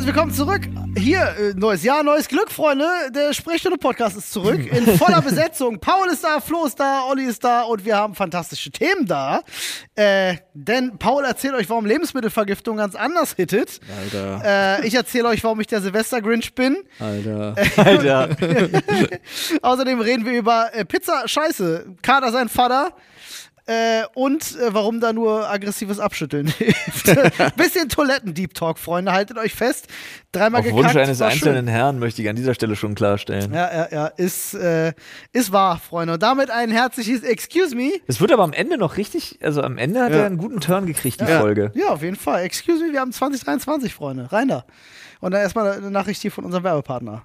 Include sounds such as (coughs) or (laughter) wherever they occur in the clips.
willkommen zurück. Hier, äh, neues Jahr, neues Glück, Freunde. Der Sprechstunde-Podcast ist zurück in (laughs) voller Besetzung. Paul ist da, Flo ist da, Olli ist da und wir haben fantastische Themen da. Äh, denn Paul erzählt euch, warum Lebensmittelvergiftung ganz anders hittet. Alter. Äh, ich erzähle euch, warum ich der Silvester-Grinch bin. Alter. (laughs) Alter. Außerdem reden wir über äh, Pizza Scheiße, Kader sein Vater äh, und äh, warum da nur aggressives Abschütteln (laughs) (laughs) hilft. Bisschen Toiletten-Deep Talk, Freunde, haltet euch fest. Dreimal Auf gekackt. Wunsch eines war schön. einzelnen Herrn möchte ich an dieser Stelle schon klarstellen. Ja, ja, ja, ist, äh, ist wahr, Freunde. Und damit ein herzliches Excuse me. Es wird aber am Ende noch richtig, also am Ende hat Ja. er einen guten Turn gekriegt, die Ja. Folge. Ja, auf jeden Fall. Excuse me, wir haben 2023, Freunde. Rein da. Und dann erstmal eine Nachricht hier von unserem Werbepartner.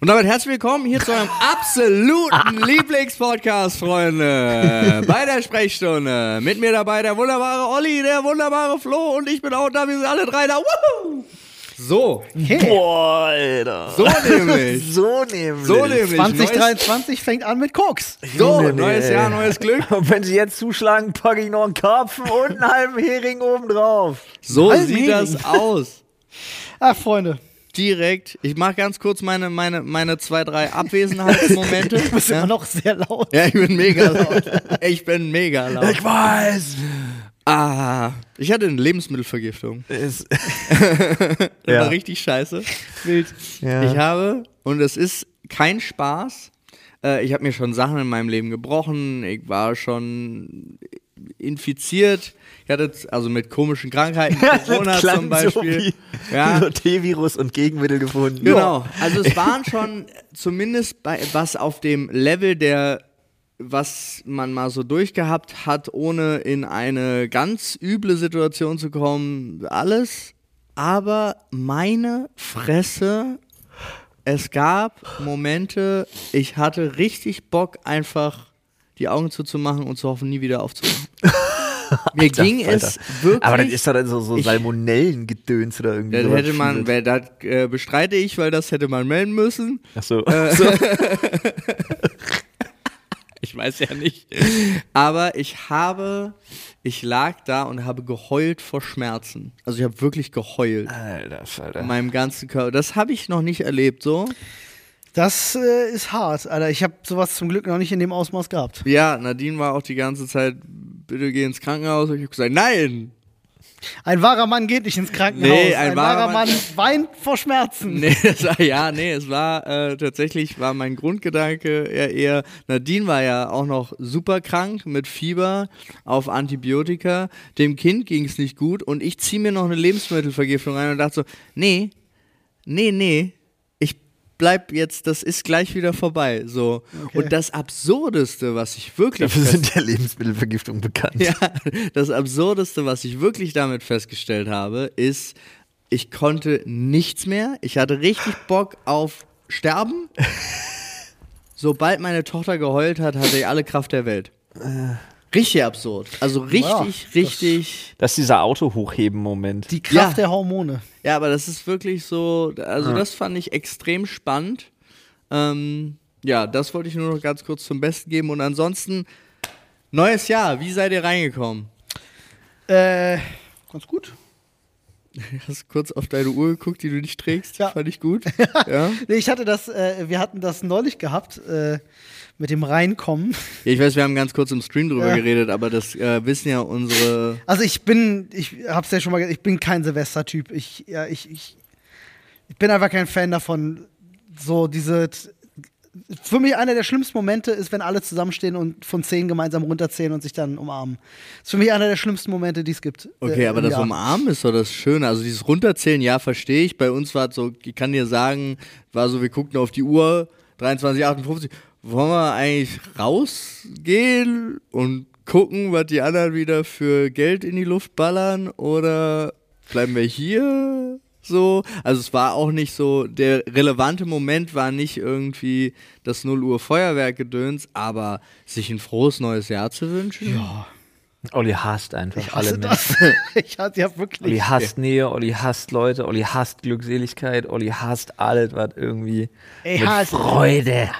Und damit herzlich willkommen hier zu eurem absoluten Lieblingspodcast, Freunde. Bei der Sprechstunde. Mit mir dabei der wunderbare Olli, der wunderbare Flo und ich bin auch da. Wir sind alle drei da. Woohoo! So, Hey, Boah, Alter. (laughs) so nämlich. So nämlich. So nämlich. 2023 fängt an mit Koks. Neues, so, Junge, nee, neues ey. Jahr, neues (laughs) Glück. Und wenn sie jetzt zuschlagen, packe ich noch einen Karpfen und einen halben Hering obendrauf. So Halb sieht das aus. Ach, Ah, Freunde, Direkt. Ich mache ganz kurz meine, meine, meine zwei, drei Abwesenheitsmomente. (laughs) du bist immer noch sehr laut. Ja, ich bin mega laut. Ich bin mega laut. Ich weiß. Ah, ich hatte eine Lebensmittelvergiftung. Ist, Das Ja. (laughs) war richtig scheiße. Wild. ja. Ich habe, und es ist kein Spaß, äh, ich habe mir schon Sachen in meinem Leben gebrochen, ich war schon infiziert, ich hatte z- also mit (laughs) komischen Krankheiten, Corona zum Beispiel. ja. (laughs) ja, so T-Virus und Gegenmittel gefunden. genau. Also es waren schon zumindest bei, was auf dem Level der was man mal so durchgehabt hat, ohne in eine ganz üble Situation zu kommen, alles. Aber meine Fresse, es gab Momente, ich hatte richtig Bock, einfach die Augen zuzumachen und zu hoffen, nie wieder (laughs) aufzumachen. Mir ging es wirklich. Aber dann ist da dann so, so Ich- Salmonellengedöns oder irgendwie. Das sowas hätte man, bestimmt. wer- das äh, bestreite ich, weil das hätte man melden müssen. Ach so. Äh, Ich weiß ja nicht. Aber ich habe, ich lag da und habe geheult vor Schmerzen. Also ich habe wirklich geheult. Alter, Alter. In meinem ganzen Körper. Das habe ich noch nicht erlebt, so. Das äh, ist hart, Alter. Ich habe sowas zum Glück noch nicht in dem Ausmaß gehabt. Ja, Nadine war auch die ganze Zeit, bitte geh ins Krankenhaus. Und ich habe gesagt, nein. Ein wahrer Mann geht nicht ins Krankenhaus. Nee, ein wahrer Mann, Mann- weint vor Schmerzen. (laughs) Nee, das war, ja, nee, es war äh, tatsächlich, war mein Grundgedanke eher, eher, Nadine war ja auch noch super krank mit Fieber auf Antibiotika. Dem Kind ging es nicht gut und ich ziehe mir noch eine Lebensmittelvergiftung rein und dachte so, nee, nee, nee, ich bleib jetzt, das ist gleich wieder vorbei. So. Und das Absurdeste, was ich wirklich Dafür sind ja Lebensmittelvergiftung bekannt. (laughs) ja, das Absurdeste, was ich wirklich damit festgestellt habe, ist, ich konnte nichts mehr. Ich hatte richtig Bock auf Sterben. Sobald meine Tochter geheult hat, hatte ich alle Kraft der Welt. Richtig absurd. Also richtig, richtig. Das ist dieser Autohochheben-Moment. Die Kraft Ja. der Hormone. Ja, aber das ist wirklich so. Also, das fand ich extrem spannend. Ähm, ja, das wollte ich nur noch ganz kurz zum Besten geben. Und ansonsten, neues Jahr. Wie seid ihr reingekommen? Äh, ganz gut. Hast du kurz auf deine Uhr geguckt, die du nicht trägst? Ja. Fand (laughs) ich gut. ja. Nee, ich hatte das, äh, wir hatten das neulich gehabt äh, mit dem Reinkommen. Ja, Ich weiß, wir haben ganz kurz im Stream drüber Ja. geredet, aber das äh, wissen ja unsere. Also ich bin, ich hab's ja schon mal gesagt, ich bin kein Silvester-Typ. Ich, ja, ich, ich, ich bin einfach kein Fan davon. So diese, für mich einer der schlimmsten Momente ist, wenn alle zusammenstehen und von zehn gemeinsam runterzählen und sich dann umarmen. ist für mich einer der schlimmsten Momente, die es gibt. Okay, äh, aber im das Jahr. Umarmen ist doch das Schöne. Also dieses Runterzählen, ja, verstehe ich. Bei uns war es so, ich kann dir sagen, war so, wir guckten auf die Uhr, 23,58. Wollen wir eigentlich rausgehen und gucken, was die anderen wieder für Geld in die Luft ballern? Oder bleiben wir hier? So, also es war auch nicht so, der relevante Moment war nicht irgendwie das 0 Uhr Feuerwerkgedöns, aber sich ein frohes neues Jahr zu wünschen. Ja. Olli hasst einfach alle Also Menschen. das, (laughs) ich hatte ja Oh Olli wirklich. hasst Nähe, Olli hasst Leute, Olli hasst Glückseligkeit, Olli hasst alles, was irgendwie Ich mit hasse- Freude.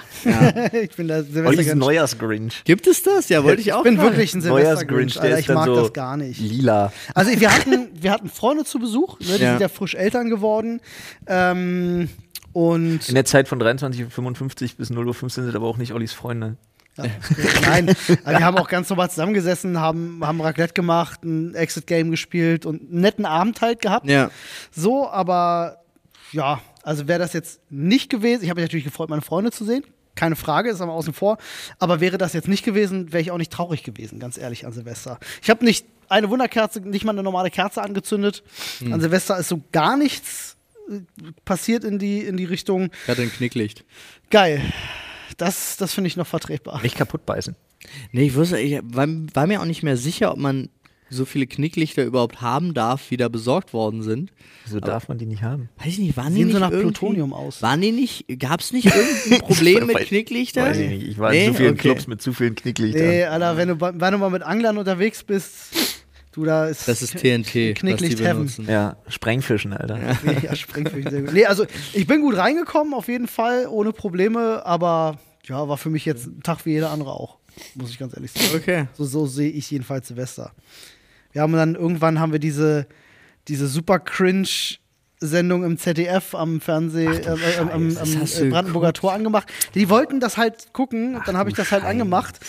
ich bin da Olli ist Silvester ein Neujahrsgrinch. Gibt es das? Ja, wollte ich auch Ich bin fragen. wirklich ein Silvester-Grinch, Neujahrsgrinch, der Alter. ist Ich dann mag so das gar nicht. lila. Also wir hatten, wir hatten Freunde zu Besuch, ne? die Ja. sind ja frisch Eltern geworden. Ähm, In und der Zeit von 23.55 bis 0.15 Uhr sind aber auch nicht Ollis Freunde. nein, also wir haben auch ganz normal zusammengesessen, haben, haben Raclette gemacht, ein Exit-Game gespielt und einen netten Abend halt gehabt. Ja. So, aber ja, also wäre das jetzt nicht gewesen, ich habe mich natürlich gefreut, meine Freunde zu sehen. Keine Frage, ist aber außen vor. Aber wäre das jetzt nicht gewesen, wäre ich auch nicht traurig gewesen, ganz ehrlich, an Silvester. Ich habe nicht eine Wunderkerze, nicht mal eine normale Kerze angezündet. Hm. An Silvester ist so gar nichts äh, passiert in die, in die Richtung. Ich hatte ein Knicklicht. Geil. Das, das finde ich noch vertretbar. Nicht kaputt beißen. Nee, ich wusste, ich war, war mir auch nicht mehr sicher, ob man so viele Knicklichter überhaupt haben darf, wie da besorgt worden sind. Wieso darf man die nicht haben? Weiß ich nicht, waren Sehen die so nicht nach irgendwie- Plutonium aus. Waren die nicht, gab's nicht (laughs) irgendein Problem mit Weiß- Knicklichtern? Weiß ich nicht. Ich war Nee? in so vielen Okay. Clubs mit zu vielen Knicklichtern. Nee, Alter, wenn du, bei- wenn du mal mit Anglern unterwegs bist, du, da ist. Das ist TNT, was die Knicklicht Heaven. benutzen. Ja, Sprengfischen, Alter. (laughs) Nee, ja, Sprengflüchen sehr gut. Nee, also ich bin gut reingekommen, auf jeden Fall, ohne Probleme, aber ja, war für mich jetzt ein Tag wie jeder andere auch, muss ich ganz ehrlich sagen. Okay. So, so sehe ich jedenfalls Silvester. Wir haben dann irgendwann haben wir diese, diese super cringe Sendung im ZDF am Fernseh, äh, am, am, am hast äh, du Brandenburger Tor angemacht. Die wollten das halt gucken, dann habe ich das halt angemacht.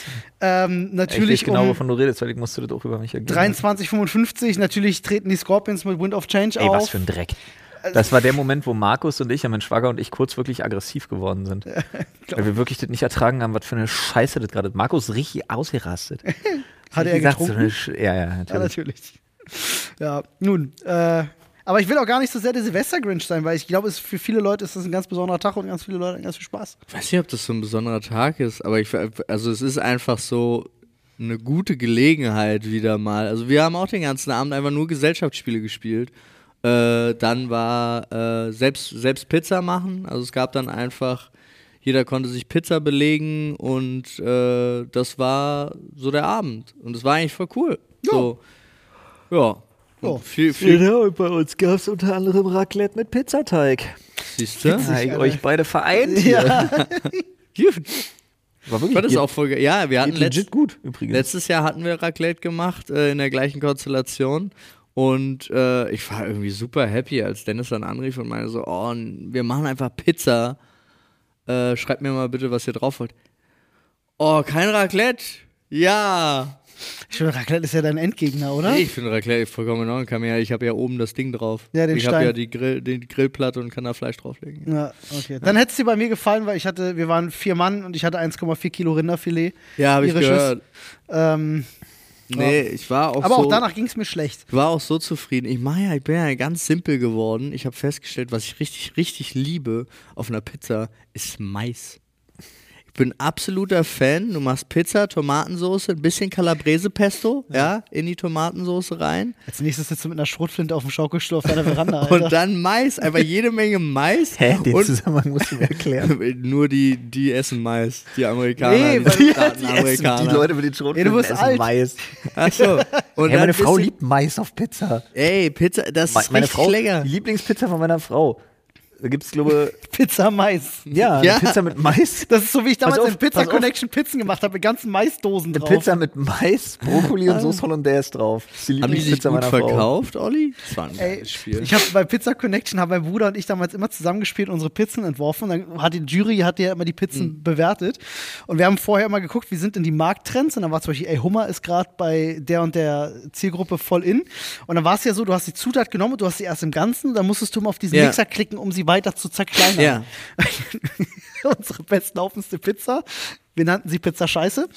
Ähm, natürlich ich weiß genau, um wovon du redest, weil ich musste das auch über mich ergeben. 23:55 natürlich treten die Scorpions mit Wind of Change Ey, auf. was für ein Dreck. Das war der Moment, wo Markus und ich, ja, mein Schwager und ich, kurz wirklich aggressiv geworden sind. weil wir wirklich das nicht ertragen haben, was für eine Scheiße das gerade ist. Markus ist richtig ausgerastet. Hat er Richtig gesagt, getrunken? So eine Sch- ja, ja, Ja, natürlich. natürlich. Ja, nun, äh, aber ich will auch gar nicht so sehr der Silvester-Grinch sein, weil ich glaube, es- für viele Leute ist das ein ganz besonderer Tag und ganz viele Leute haben ganz viel Spaß. Ich weiß nicht, ob das so ein besonderer Tag ist, aber ich, also es ist einfach so eine gute Gelegenheit wieder mal. Also wir haben auch den ganzen Abend einfach nur Gesellschaftsspiele gespielt. Äh, dann war äh, selbst, selbst Pizza machen. Also es gab dann einfach, jeder konnte sich Pizza belegen und äh, das war so der Abend. Und es war eigentlich voll cool. Ja. So, ja. Ja. Und Viel, und viel, Genau, bei uns gab es unter anderem Raclette mit Pizzateig. siehst du? Ja, ich Alter. euch beide vereint hier. War wirklich War das ihr- auch voll ge- Ja, wir ihr hatten letzt, legit gut übrigens. Letztes Jahr hatten wir Raclette gemacht äh, in der gleichen Konstellation. Und äh, ich war irgendwie super happy, als Dennis dann anrief und meinte so, oh, n- wir machen einfach Pizza. Äh, schreibt mir mal bitte, was ihr drauf wollt. Oh, kein Raclette? Ja. Ich finde, Raclette ist ja dein Endgegner, oder? Nee, ich finde Raclette vollkommen in Ordnung. Kann mir ja- Ich habe ja oben das Ding drauf. Ja, den ich habe Stein. ja die, Grill, die Grillplatte und kann da Fleisch drauflegen. Ja, okay. Dann hätte es dir bei mir gefallen, weil ich hatte, wir waren vier Mann und ich hatte 1,4 Kilo Rinderfilet. Ja, habe ich Irisches. gehört. Ähm, Nee, ich war auch aber so auch danach ging es mir schlecht. Ich war auch so zufrieden. Ich mache ja, ich bin ja ganz simpel geworden. Ich habe festgestellt, was ich richtig, richtig liebe auf einer Pizza, ist Mais. bin absoluter Fan. Du machst Pizza, Tomatensoße, ein bisschen Calabrese-Pesto, ja. in die Tomatensoße rein. Als nächstes sitzt du mit einer Schrotflinte auf dem Schaukelstuhl auf deiner (laughs) Veranda, Alter. Und dann Mais, einfach jede Menge Mais. Hä, den und Zusammenhang musst du mir erklären. (laughs) nur die, die essen Mais, die Amerikaner. Nee, die weil- starken Amerikaner. mit den Schrotflinten Ja, du bist alt. Mais. Ach so. Und Hey, dann meine Frau bisschen- liebt Mais auf Pizza. Ey, Pizza, das Me- ist meine richtig Frau, lecker. die Lieblingspizza von meiner Frau. Da gibt's glaube Pizza Mais. ja, Ja. eine Pizza mit (laughs) Mais. Das ist so, wie ich damals Pass auf, in Pizza pass auf. Connection Pizzen gemacht habe, mit ganzen Maisdosen Eine drauf. Pizza mit Mais, Brokkoli und Soße Hollandaise drauf. Das ist die Haben die sich Lieblingspizza gut meiner Frau. verkauft, Olli? Das war ein Ey, geiles Spiel. ich habe bei Pizza Connection haben mein Bruder und ich damals immer zusammengespielt, unsere Pizzen entworfen. Dann hat die Jury hat ja immer die Pizzen Mhm. bewertet und wir haben vorher immer geguckt, wie sind denn die Markttrends und dann war zum Beispiel, ey Hummer ist gerade bei der und der Zielgruppe voll in und dann war es ja so, du hast die Zutat genommen, und du hast sie erst im Ganzen, dann musstest du immer auf diesen Ja. Mixer klicken, um sie weiter zu zerkleinern. Ja. (laughs) unsere bestlaufendste Pizza, wir nannten sie Pizza Scheiße,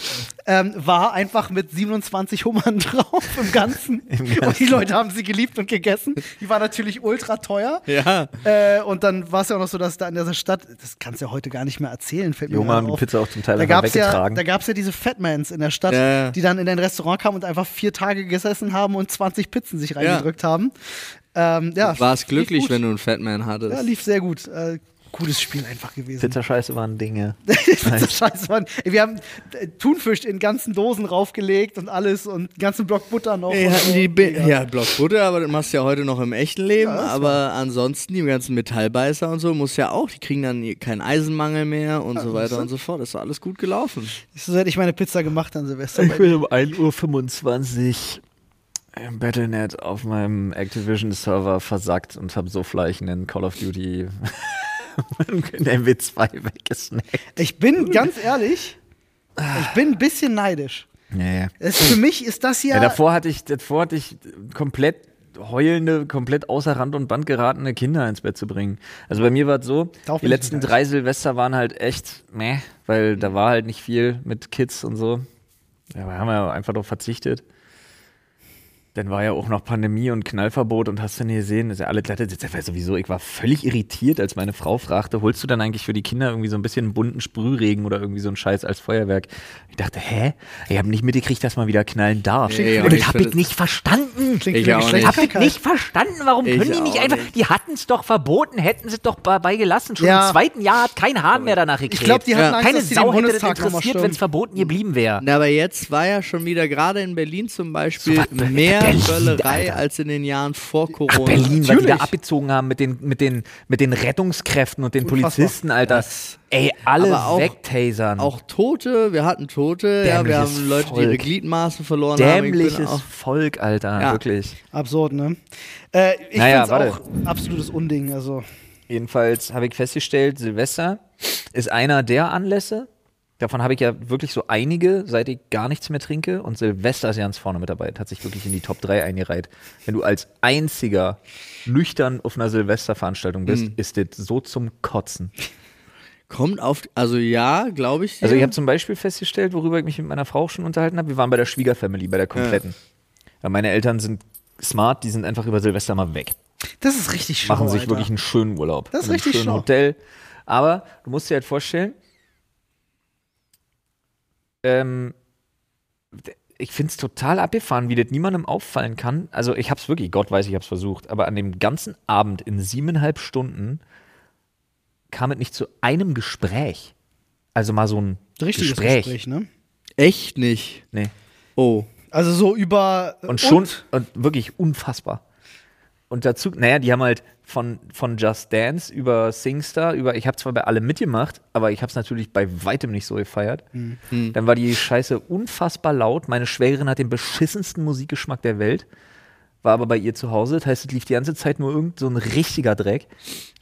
ähm, war einfach mit 27 Hummern (laughs) drauf im Ganzen. Und die Leute haben sie geliebt und gegessen. Die war natürlich ultra teuer. Ja. Äh, und dann war es ja auch noch so, dass da in dieser Stadt, das kannst du ja heute gar nicht mehr erzählen, fällt Die mir Hunger gerade haben die auf. Pizza auch zum Teil da einfach gab's ja, weggetragen. Da gab es ja diese Fatmans in der Stadt, Ja, ja. die dann in ein Restaurant kamen und einfach vier Tage gesessen haben und 20 Pizzen sich reingedrückt haben. Ähm, ja, Warst lief glücklich, gut. wenn du einen Fatman hattest. Ja, lief sehr gut. Äh, gutes Spiel einfach (laughs) gewesen. Pizza Scheiße waren Dinge. Pizza Scheiße, Mann. Ey, Wir haben äh, Thunfisch in ganzen Dosen raufgelegt und alles und einen ganzen Block Butter noch. Ey, und hatten so. die Bi- Mega. ja, Block Butter, aber das machst du ja heute noch im echten Leben. Ja, das aber ansonsten, die ganzen Metallbeißer und so, muss ja auch, die kriegen dann keinen Eisenmangel mehr und so weiter und so fort. Das ist alles gut gelaufen. So hätte ich meine Pizza gemacht an Silvester. (laughs) Ich bin um 1.25 Uhr im Battlenet auf meinem Activision-Server versackt und habe so fleichenden Call of Duty (laughs) in MW2 weggesnackt. Ich (laughs) bin ganz ehrlich, ich bin ein bisschen neidisch. Nee. Es, für mich ist das ja. Ja, davor hatte ich, davor hatte ich komplett heulende, komplett außer Rand und Band geratene Kinder ins Bett zu bringen. Also bei mir war es so, Darauf die bin ich letzten neidisch. drei Silvester waren halt echt meh, weil da war halt nicht viel mit Kids und so. Da haben wir einfach drauf verzichtet. Dann war ja auch noch Pandemie und Knallverbot und hast du nie gesehen, ist ja alle glatte das war sowieso, ich war völlig irritiert, als meine Frau fragte, holst du dann eigentlich für die Kinder irgendwie so ein bisschen bunten Sprühregen oder irgendwie so einen Scheiß als Feuerwerk? Ich dachte, hä? Ich habe nicht mitgekriegt, dass man wieder knallen darf. Nee, ja, und ich das habe find ich das- nicht verstanden. Klingt Ich wie eine auch nicht. Hab ich Geschlechtlichkeit. nicht verstanden, warum Ich können die nicht auch einfach, nicht. die hatten es doch verboten, hätten sie doch dabei gelassen. Schon Ja. im zweiten Jahr hat kein Hahn mehr danach gekriegt. Ich glaube, die hatten Ja. Angst, Keine dass die Sau den hätte das Bundestag nochmal interessiert, wenn stürmen. es verboten geblieben wäre. Na, Aber jetzt war ja schon wieder gerade in Berlin zum Beispiel So was bei- mehr Berlin, Böllerei Alter. als in den Jahren vor Ach, Corona. Berlin, was die da Natürlich. abgezogen haben mit den, mit den, mit den Rettungskräften und den Unfassbar. Polizisten, Alter. Ey, alle Aber auch- wegtasern. Auch Tote, wir hatten Tote, ja, wir Dämliches haben Leute, die ihre Volk. Gliedmaßen verloren haben. Ich bin dämliches auch- Volk, Alter. Ja. Wirklich. Absurd, ne? Äh, ich Naja, find's auch absolutes Unding. Also. Jedenfalls habe ich festgestellt, Silvester ist einer der Anlässe. Davon habe ich ja wirklich so einige, seit ich gar nichts mehr trinke. Und Silvester ist ja ganz vorne mit dabei. Hat sich wirklich in die Top 3 eingereiht. Wenn du als einziger nüchtern auf einer Silvesterveranstaltung bist, Mhm. ist das so zum Kotzen. Kommt auf, also ja, glaube ich. Also ich dir. habe zum Beispiel festgestellt, worüber ich mich mit meiner Frau auch schon unterhalten habe, wir waren bei der Schwiegerfamily, bei der kompletten. Weil meine Eltern sind smart, die sind einfach über Silvester mal weg. Das ist richtig schlau. Machen sich Alter. wirklich einen schönen Urlaub. Das ist in einem richtig schönen schlau. Hotel. Aber du musst dir halt vorstellen, ähm, d- ich finde es total abgefahren, wie das niemandem auffallen kann. Also ich habe es wirklich, Gott weiß, ich habe es versucht, aber an dem ganzen Abend in siebeneinhalb Stunden kam es nicht zu einem Gespräch. Also mal so ein richtiges Gespräch. Gespräch. ne? Echt nicht. Nee. Oh. Also so über. Und schon, und? wirklich unfassbar. Und dazu, naja, die haben halt von, von Just Dance über Singstar, über, ich habe zwar bei allem mitgemacht, aber ich habe es natürlich bei weitem nicht so gefeiert. Hm. Dann war die Scheiße unfassbar laut. Meine Schwägerin hat den beschissensten Musikgeschmack der Welt, war aber bei ihr zu Hause. Das heißt, es lief die ganze Zeit nur irgend so ein richtiger Dreck.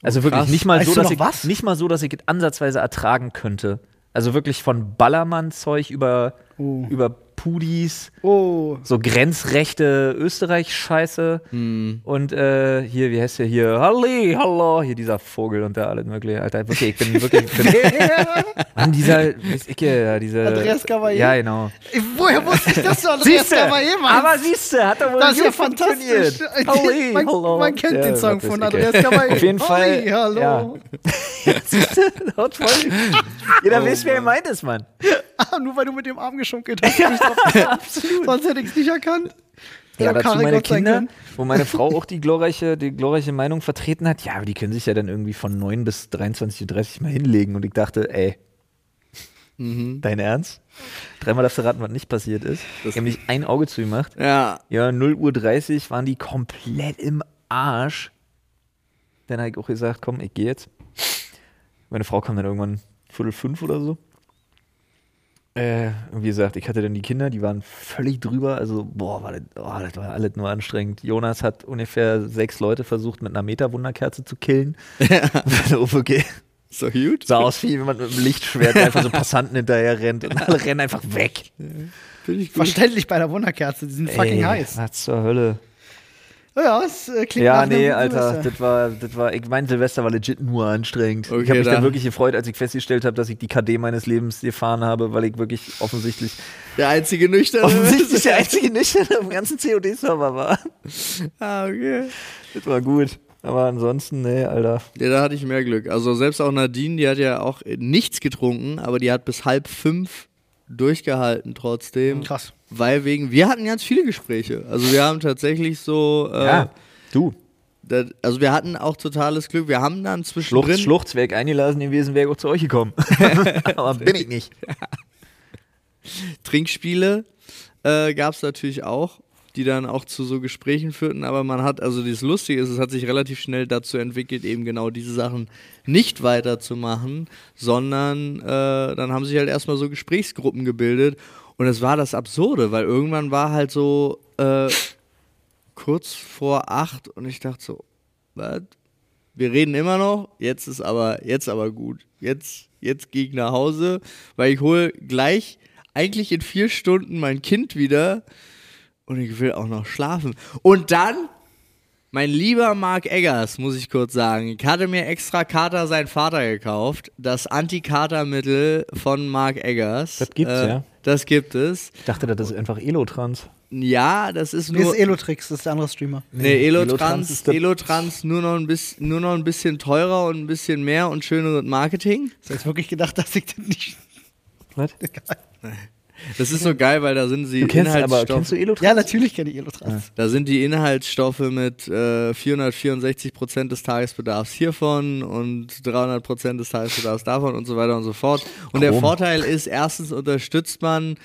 Also wirklich krass. nicht mal, Weißt so, du dass noch ich, was? nicht mal so, dass ich es ansatzweise ertragen könnte. Also wirklich von Ballermann-Zeug über, über Tudis, Oh. so grenzrechte Österreich-Scheiße. Hm. Und äh, hier, wie heißt der hier? Halli, hallo, hier dieser Vogel und der alles mögliche. Alter, wirklich, ich bin wirklich. (laughs) Ich bin, Mann, dieser, weiß ich, ja, dieser. Andreas Cavalier. Ja, genau. Woher wusste ich, dass du Andreas Siehste, Cavalier meinst? aber siehste, hat er wohl Das ist gut ja fantastisch. (laughs) funktioniert. Halli, man, hallo. man kennt Ja, den Song was weiß von ich, ey. Andreas Cavalier. Auf jeden Fall. Halli, hallo. Ja. (laughs) Siehste, laut voll. (laughs) Jeder Oh weiß, wer gemeint ist, Mann. Ah, nur weil du mit dem Arm geschunkelt hast. hab ich (laughs) drauf- Sonst hätte ich es nicht erkannt. Ja, Hätte auch dazu Karel meine Gott sein Kinder, können. wo meine Frau auch die glorreiche, die glorreiche Meinung vertreten hat, ja, aber die können sich ja dann irgendwie von 9 bis 23.30 Uhr mal hinlegen. Und ich dachte, ey, dein Ernst? Dreimal darfst du raten, was nicht passiert ist. Die haben nicht ein Auge zu gemacht. Ja, Ja, 0 Uhr 30 waren die komplett im Arsch. Dann habe ich auch gesagt, komm, ich gehe jetzt. Meine Frau kam dann irgendwann Viertel fünf oder so. Äh, und wie gesagt, ich hatte dann die Kinder, die waren völlig drüber. Also, boah, war das, oh, das war alles nur anstrengend. Jonas hat ungefähr sechs Leute versucht, mit einer Meterwunderkerze zu killen. (laughs) Ja. okay. so gut. Sah (laughs) aus wie jemand mit einem Lichtschwert, der einfach so Passanten hinterher rennt und alle rennen einfach weg. Finde ich gut. Verständlich bei der Wunderkerze, die sind fucking Ey, heiß. Was zur Hölle. Ja, es äh, klingt nach Ja, einem nee, guten Alter, Silvester. Hm, das war, das war, ich mein Silvester war legit nur anstrengend. ich Okay, habe mich da- dann wirklich gefreut, als ich festgestellt habe, dass ich die KD meines Lebens gefahren habe, weil ich wirklich (laughs) offensichtlich, Der einzige Nüchterne. offensichtlich der einzige Nüchterne am ganzen COD-Server war. (laughs) ah, okay. Das war gut. Aber ansonsten, nee, Alter. Ja, da hatte ich mehr Glück. Also selbst auch Nadine, die hat ja auch nichts getrunken, aber die hat bis halb fünf durchgehalten trotzdem. Krass. Weil wegen, wir hatten ganz viele Gespräche. Also wir haben tatsächlich so, äh, du. da, also wir hatten auch totales Glück. Wir haben dann zwischendrin, Schluchz, Schluchz, wäre ich eingelassen gewesen, wäre ich auch zu euch (laughs) gekommen. (laughs) Aber bin ich nicht. Trinkspiele äh, gab es natürlich auch, die dann auch zu so Gesprächen führten. Aber man hat, also das Lustige ist, es hat sich relativ schnell dazu entwickelt, eben genau diese Sachen nicht weiterzumachen, sondern äh, dann haben sich halt erstmal so Gesprächsgruppen gebildet. Und es war das Absurde, weil irgendwann war halt so äh, kurz vor acht und ich dachte so, was? wir reden immer noch, jetzt ist aber, jetzt aber gut. Jetzt, jetzt gehe ich nach Hause, weil ich hole gleich, eigentlich in vier Stunden mein Kind wieder und ich will auch noch schlafen. Und dann, mein lieber Mark Eggers, muss ich kurz sagen, ich hatte mir extra Kater sein Vater gekauft, das Antikatermittel von Mark Eggers. Äh, Das gibt's, ja. Das gibt es. Ich dachte, das ist einfach Elotrans. Ja, das ist Nee, nur. ist Elotrix, das ist der andere Streamer. Nee, Elotrans Elotrans, ist der- Elotrans nur, noch ein bisschen, nur noch ein bisschen teurer und ein bisschen mehr und schöneres Marketing. Hast du jetzt wirklich gedacht, dass ich das nicht. Was? Das ist so geil, weil da sind sie Du kennst aber, Inhaltsstoffe. kennst du Elotrans? (laughs) Ja, natürlich kenne ich Elotrix. Da sind die Inhaltsstoffe mit äh, 464% des Tagesbedarfs hiervon und 300% des Tagesbedarfs davon und so weiter und so fort. Und der Warum? Vorteil ist, erstens unterstützt man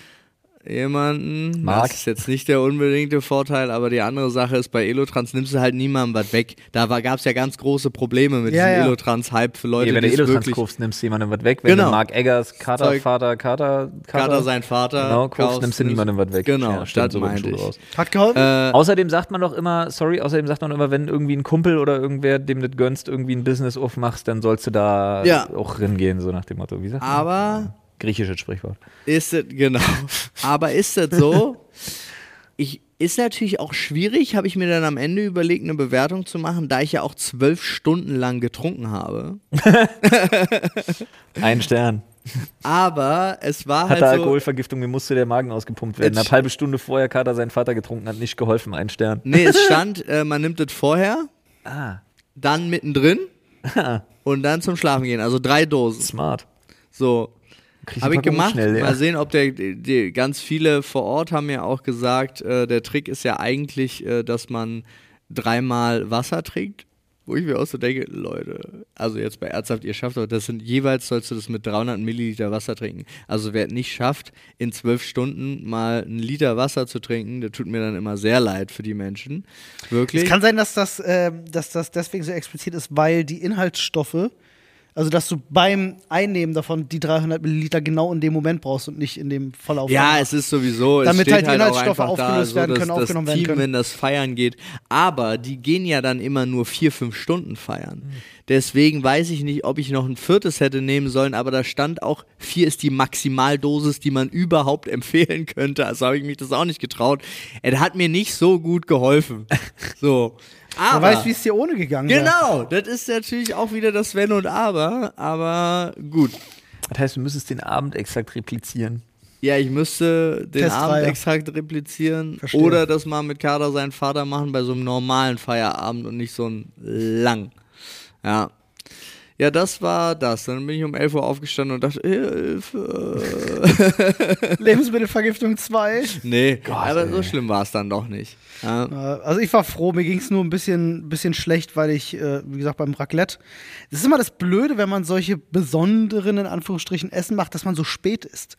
jemanden. Mark. Das ist jetzt nicht der unbedingte Vorteil, aber die andere Sache ist, bei Elotrans nimmst du halt niemandem was weg. Da gab es ja ganz große Probleme mit Ja, diesem ja. Elotrans-Hype für Leute, Nee, wenn die du es Elotrans wirklich... kaufst, nimmst du jemandem was weg. Wenn Genau. du Mark Eggers, Kater, Zeug- Vater, Kater, Kater, Kater, sein Vater. Genau, kaufst, kaufst, nimmst du niemandem was weg. Äh, Genau, ja, stimmt, statt so meinte meinte ich. Äh, Raus. Hat geholfen? Äh, Außerdem sagt man doch immer, sorry, außerdem sagt man immer, wenn irgendwie ein Kumpel oder irgendwer, dem das gönnst, irgendwie ein Business aufmachst, dann sollst du da Ja. auch ringehen, so nach dem Motto. Wie sagt man? Aber... Griechisches Sprichwort. Ist das, genau. Aber ist das so? Ich, ist natürlich auch schwierig, habe ich mir dann am Ende überlegt, eine Bewertung zu machen, da ich ja auch zwölf Stunden lang getrunken habe. Ein Stern. Aber es war Hatte halt so. Alkoholvergiftung, mir musste der Magen ausgepumpt werden. Jetzt- Eine halbe Stunde vorher Kater seinen Vater getrunken hat, nicht geholfen, ein Stern. Nee, es stand, äh, man nimmt das vorher, Ah, dann mittendrin und dann zum Schlafen gehen. Also drei Dosen. smart. So. Kriegst die Habe ich Packung gemacht. Schnell, ja. Mal sehen, ob der die, ganz viele vor Ort haben ja auch gesagt, äh, der Trick ist ja eigentlich, äh, dass man dreimal Wasser trinkt. Wo ich mir auch so denke, Leute, also jetzt bei Ernsthaft, ihr schafft doch, das sind jeweils sollst du das mit 300 Milliliter Wasser trinken. Also wer es nicht schafft, in zwölf Stunden mal einen Liter Wasser zu trinken, der tut mir dann immer sehr leid für die Menschen. Wirklich. Es kann sein, dass das, ähm, dass das deswegen so explizit ist, weil die Inhaltsstoffe Also, dass du beim Einnehmen davon die 300 Milliliter genau in dem Moment brauchst und nicht in dem Verlauf. Ja, danach. es ist sowieso. Damit es steht halt halt Inhaltsstoffe auch einfach aufgelöst da, werden so, dass können, das aufgenommen werden Team, können. wenn das feiern geht. Aber die gehen ja dann immer nur vier, fünf Stunden feiern. Hm. Deswegen weiß ich nicht, ob ich noch ein viertes hätte nehmen sollen, aber da stand auch, vier ist die Maximaldosis, die man überhaupt empfehlen könnte. Also habe ich mich das auch nicht getraut. Er hat mir nicht so (laughs) gut geholfen. So. Wer Aber weiß, wie es dir ohne gegangen wäre. (laughs) Genau, das ist natürlich auch wieder das Wenn und Aber, aber gut. Das heißt, du müsstest den Abend exakt replizieren. Ja, ich müsste den Testreihe. Abendextrakt replizieren Verstehe. oder das mal mit Kader seinen Vater machen bei so einem normalen Feierabend und nicht so einem lang. Ja. Ja, das war das. Dann bin ich um 11 Uhr aufgestanden und dachte, (laughs) Hilfe. Lebensmittelvergiftung 2. nee, aber so schlimm war es dann doch nicht. Ja. Äh, Also ich war froh, mir ging es nur ein bisschen, bisschen schlecht, weil ich, äh, wie gesagt, beim Raclette. Das ist immer das Blöde, wenn man solche besonderen, in Anführungsstrichen, Essen macht, dass man so spät ist.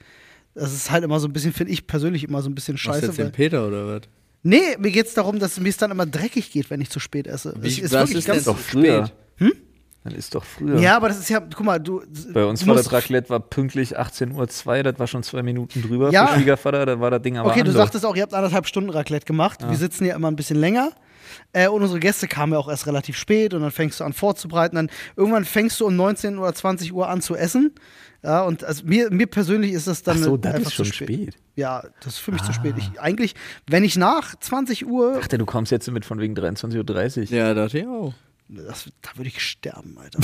Das ist halt immer so ein bisschen, finde ich persönlich immer so ein bisschen Was scheiße. jetzt Weil, den Peter oder was? nee, mir geht es darum, dass mir es dann immer dreckig geht, wenn ich zu spät esse. Es was wirklich ist Dann ganz- ist denn doch früher. spät. Hm? Dann ist doch früher. Ja, aber das ist ja, guck mal, du. Bei uns du war musst- das Raclette war pünktlich 18.02 Uhr, das war schon zwei Minuten drüber Ja. für Schwiegervater, da war das Ding aber Okay, du anders. sagtest auch, ihr habt anderthalb Stunden Raclette gemacht. Wir sitzen hier immer ein bisschen länger. Äh, und unsere Gäste kamen ja auch erst relativ spät und dann fängst du an vorzubereiten. Dann irgendwann fängst du um 19 oder 20 Uhr an zu essen. Ja, und also mir, mir persönlich ist das dann Ach so, das einfach ist schon zu spät. Ah. Ja, das ist für mich zu spät. Ich, eigentlich, wenn ich nach 20 Uhr, Ach, denn du kommst jetzt mit von wegen 23.30 Uhr. Ja, dachte ich auch. das, da würde ich sterben, Alter.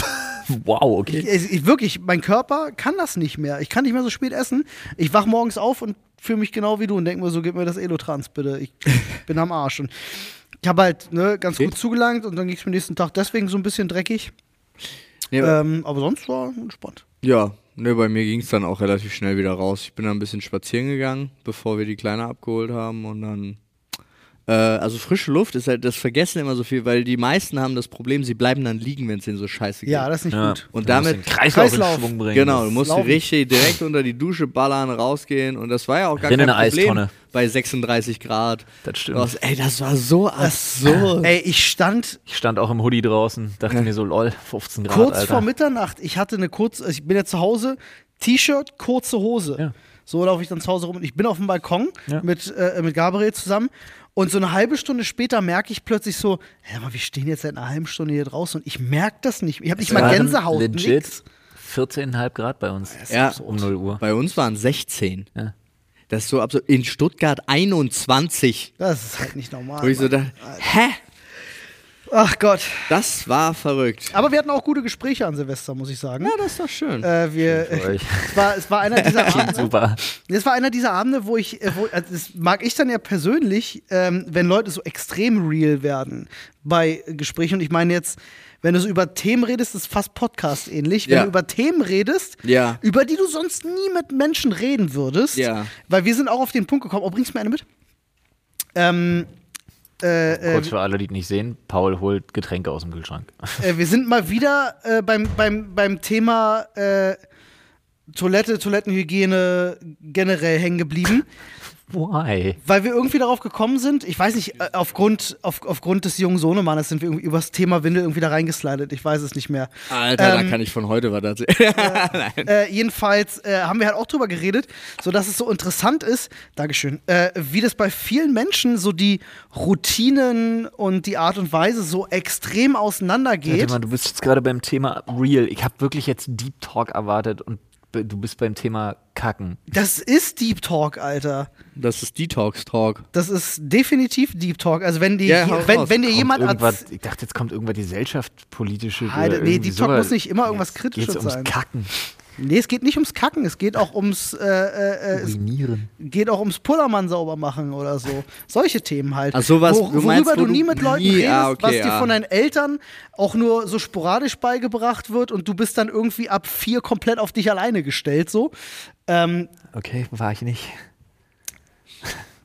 Wow, okay. Ich, ich, wirklich, mein Körper kann das nicht mehr. Ich kann nicht mehr so spät essen. Ich wach morgens auf und fühle mich genau wie du und denke mir so, gib mir das Elotrans bitte. (laughs) Ich bin am Arsch. Und ich habe halt ne, ganz gut zugelangt und dann ging es mir nächsten Tag deswegen so ein bisschen dreckig. Nee, Ähm, aber sonst war entspannt. Ja, ne, bei mir ging es dann auch relativ schnell wieder raus. Ich bin dann ein bisschen spazieren gegangen, bevor wir die Kleine abgeholt haben und dann. Äh, also frische Luft ist halt, das vergessen immer so viel, weil die meisten haben das Problem, sie bleiben dann liegen, wenn es ihnen so scheiße geht. Ja, das ist nicht Ja. gut. und Du musst damit. den Kreislauf, Kreislauf. in Schwung bringen. Genau, du musst Laufen. richtig direkt unter die Dusche ballern, rausgehen und das war ja auch gar Rin in kein eine Problem Eistonne. bei 36 Grad. Das Du stimmt. warst, ey, das war so absurd. Ey, ich stand Ich stand auch im Hoodie draußen, dachte mir so, lol, 15 Grad, kurz Alter. vor Mitternacht, ich hatte eine kurze, ich bin ja zu Hause, T-Shirt, kurze Hose. Ja. So laufe ich dann zu Hause rum und ich bin auf dem Balkon Ja. mit, äh, mit Gabriel zusammen. Und so eine halbe Stunde später merke ich plötzlich so, hä, mal, wir stehen jetzt seit einer halben Stunde hier draußen und ich merke das nicht. Ich habe nicht Es mal waren Gänsehaut. halt Legit nix. 14,5 Grad bei uns. Ja. Um 0 Uhr. Bei uns waren 16. Ja. Das ist so absurd. In Stuttgart 21. Das ist halt nicht Wo normal. ich so dachte, hä? Ach Gott. Das war verrückt. Aber wir hatten auch gute Gespräche an Silvester, muss ich sagen. das ist doch schön. Äh, wir, für euch. es, war, es war einer dieser Abende, (laughs) Super. Das war einer dieser Abende, wo ich, äh, wo, also das mag ich dann ja persönlich, ähm, wenn Leute so extrem real werden bei Gesprächen. Und ich meine jetzt, wenn du so über Themen redest, ist fast Podcast ähnlich. Wenn Ja. du über Themen redest, Ja. über die du sonst nie mit Menschen reden würdest, Ja. weil wir sind auch auf den Punkt gekommen. Oh, bringst du mir eine mit? Ähm, äh, äh, Kurz für alle, die es nicht sehen, Paul holt Getränke aus dem Kühlschrank. (laughs) äh, wir sind mal wieder äh, beim, beim, beim Thema äh, Toilette, Toilettenhygiene generell hängen geblieben. Why? Weil wir irgendwie darauf gekommen sind, ich weiß nicht, äh, aufgrund, auf, aufgrund des jungen Sohnemannes sind wir irgendwie übers Thema Windel irgendwie da reingeslidet. Ich weiß es nicht mehr. Alter, ähm, da kann ich von heute was erzählen. (laughs) Äh, jedenfalls äh, haben wir halt auch drüber geredet, sodass es so interessant ist, Dankeschön, äh, wie das bei vielen Menschen so die Routinen und die Art und Weise so extrem auseinandergeht. Warte mal, du bist jetzt gerade beim Thema Real. Ich habe wirklich jetzt Deep Talk erwartet und be- du bist beim Thema Kacken. Das ist Deep Talk, Alter. Das ist Detox Talk. Das ist definitiv Deep Talk. Also wenn dir, Ja, je- hau wenn, raus. wenn dir Kommt jemand irgendwas- als ich dachte, jetzt kommt irgendwas gesellschaftspolitische. oder Alter, nee, irgendwie Deep Talk sowas. muss nicht immer irgendwas Jetzt Kritisches geht's ums sein. Kacken, Nee, es geht nicht ums Kacken, es geht auch ums äh, äh, Um äh, Urinieren. geht auch ums Pullermann sauber machen oder so. Solche Themen halt. Ach, sowas, Wo, du worüber meinst, du wo nie du mit Leuten nie- redest, ah, okay, was dir ah. von deinen Eltern auch nur so sporadisch beigebracht wird und du bist dann irgendwie ab vier komplett auf dich alleine gestellt. So. Ähm, Okay, war (laughs) ich nicht.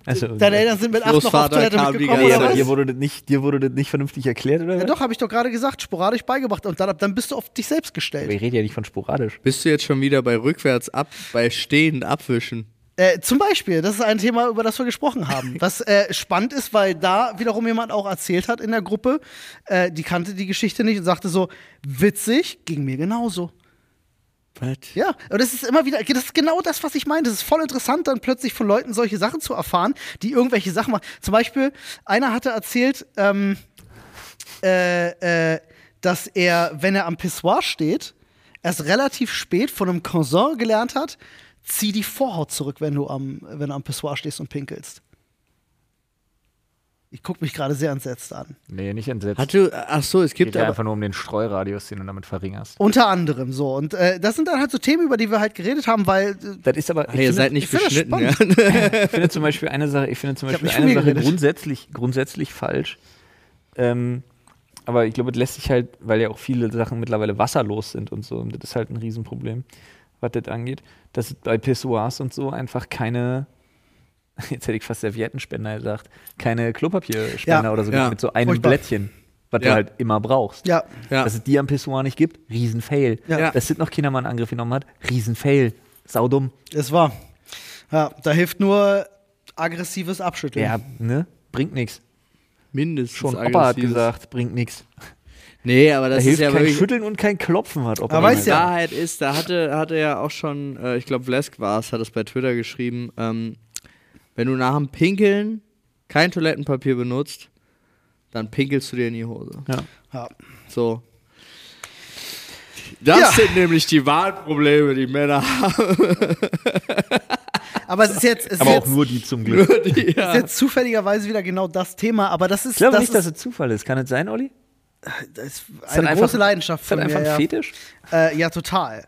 Also, deine Eltern sind mit acht noch auf Großvater Toilette kam die mitgekommen ganze äh, oder ja, was? dir, wurde das nicht, dir wurde das nicht vernünftig erklärt, oder? Ja, doch, habe ich doch gerade gesagt, sporadisch beigebracht und dann, ab dann bist du auf dich selbst Aber gestellt. ich rede ja nicht von sporadisch. Bist du jetzt schon wieder bei rückwärts ab, bei stehend abwischen? Äh, zum Beispiel, das ist ein Thema, über das wir gesprochen haben. Was äh, spannend ist, weil da wiederum jemand auch erzählt hat in der Gruppe, äh, die kannte die Geschichte nicht und sagte so, witzig, ging mir genauso. Was? Ja, und das ist immer wieder, das ist genau das, was ich meine. Das ist voll interessant, dann plötzlich von Leuten solche Sachen zu erfahren, die irgendwelche Sachen machen. Zum Beispiel, einer hatte erzählt, ähm, äh, äh, dass er, wenn er am Pissoir steht, erst relativ spät von einem Cousin gelernt hat, zieh die Vorhaut zurück, wenn du am, wenn du am Pissoir stehst und pinkelst. Ich gucke mich gerade sehr entsetzt an. Nee, nicht entsetzt. Hat du, ach so, es Geht gibt ja aber, einfach nur um den Streuradius, den du damit verringerst. Unter anderem so. Und äh, das sind dann halt so Themen, über die wir halt geredet haben, weil äh, Das ist aber. Ah, ihr seid nicht ich finde das beschnitten, ja. (laughs) Ich finde zum Beispiel eine Sache, ich finde zum Ich hab Beispiel nicht von eine mir Sache geredet. grundsätzlich, grundsätzlich falsch. Ähm, aber ich glaube, das lässt sich halt, weil ja auch viele Sachen mittlerweile wasserlos sind und so, und das ist halt ein Riesenproblem, was das angeht, dass es bei Pissoirs und so einfach keine, (laughs) jetzt hätte ich fast Serviettenspender gesagt, keine Klopapierspender Ja, oder so ja. gibt mit so einem Furchtbar. Blättchen, was du Ja. halt immer brauchst. ja, Ja. Dass es die am Pissoir nicht gibt, Riesenfail. Ja. Dass sind noch Kinder mal einen Angriff genommen hat, Riesenfail. Saudumm. es war. Ja, da hilft nur aggressives Abschütteln. Ja, ne? Bringt nichts. mindestens Schon Opa hat aggressives. gesagt, bringt nichts. Nee, aber das Da ist hilft ja kein wirklich Schütteln und kein Klopfen, hat Opa Aber immer weißt Die ja- gesagt. Wahrheit ist, da hatte, hatte ja auch schon, äh, ich glaube, Vlesk war es, hat es bei Twitter geschrieben, ähm, wenn du nach dem Pinkeln kein Toilettenpapier benutzt, dann pinkelst du dir in die Hose. Ja. So. Das Ja. sind nämlich die wahren Probleme, die Männer haben. Aber es ist jetzt, es ist Aber auch jetzt, nur die zum Glück. Die, es (laughs) ja. ist jetzt zufälligerweise wieder genau das Thema, aber das ist, Ich glaube das nicht, dass ist, es Zufall ist. Kann es sein, Olli? das ist Ist das eine große Leidenschaft Ist das von einfach mir. ein Ja. Fetisch? Äh, ja, (laughs) total.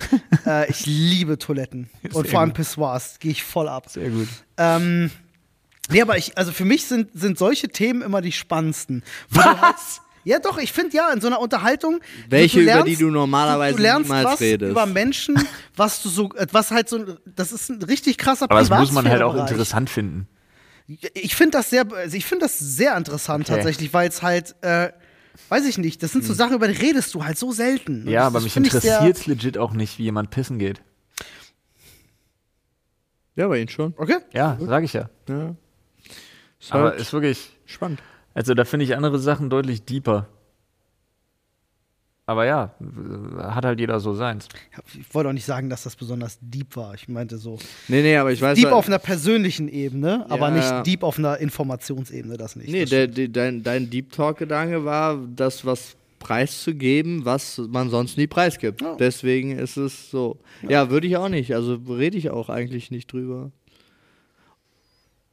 äh, ich liebe Toiletten und vor allem Pissoirs, gehe ich voll ab. Sehr gut. Ähm, nee, aber ich, also für mich sind, sind solche Themen immer die spannendsten. Wo du halt- Was? Ja, doch, ich finde ja, in so einer Unterhaltung. Welche, über die du normalerweise du lernst niemals was redest. Über Menschen, was du so, äh, was halt so, ein- das ist ein richtig krasser Aber das muss man halt auch Privatsphärebereich. interessant finden. Ich finde das sehr, also ich finde das sehr interessant Okay. tatsächlich, weil es halt, äh, weiß ich nicht, das sind so Hm. Sachen, über die redest du halt so selten. Und Ja, das- aber das mich find ich sehr- interessiert es legit auch nicht, wie jemand pissen geht. Ja, bei ihnen schon. Okay. Ja, sag ich ja. Ja. Ist Aber halt ist wirklich. spannend. Also da finde ich andere Sachen deutlich deeper. Aber ja, äh, hat halt jeder so seins. Ich wollte auch nicht sagen, dass das besonders deep war. Ich meinte so Nee, nee, aber ich weiß deep halt- auf einer persönlichen Ebene, aber ja. nicht deep auf einer Informationsebene, das nicht. Nee, das der, der, dein, dein Deep Talk-Gedanke war, das was preiszugeben, was man sonst nie preisgibt. Ja. Deswegen ist es so. Ja, würde ich auch nicht. Also rede ich auch eigentlich nicht drüber.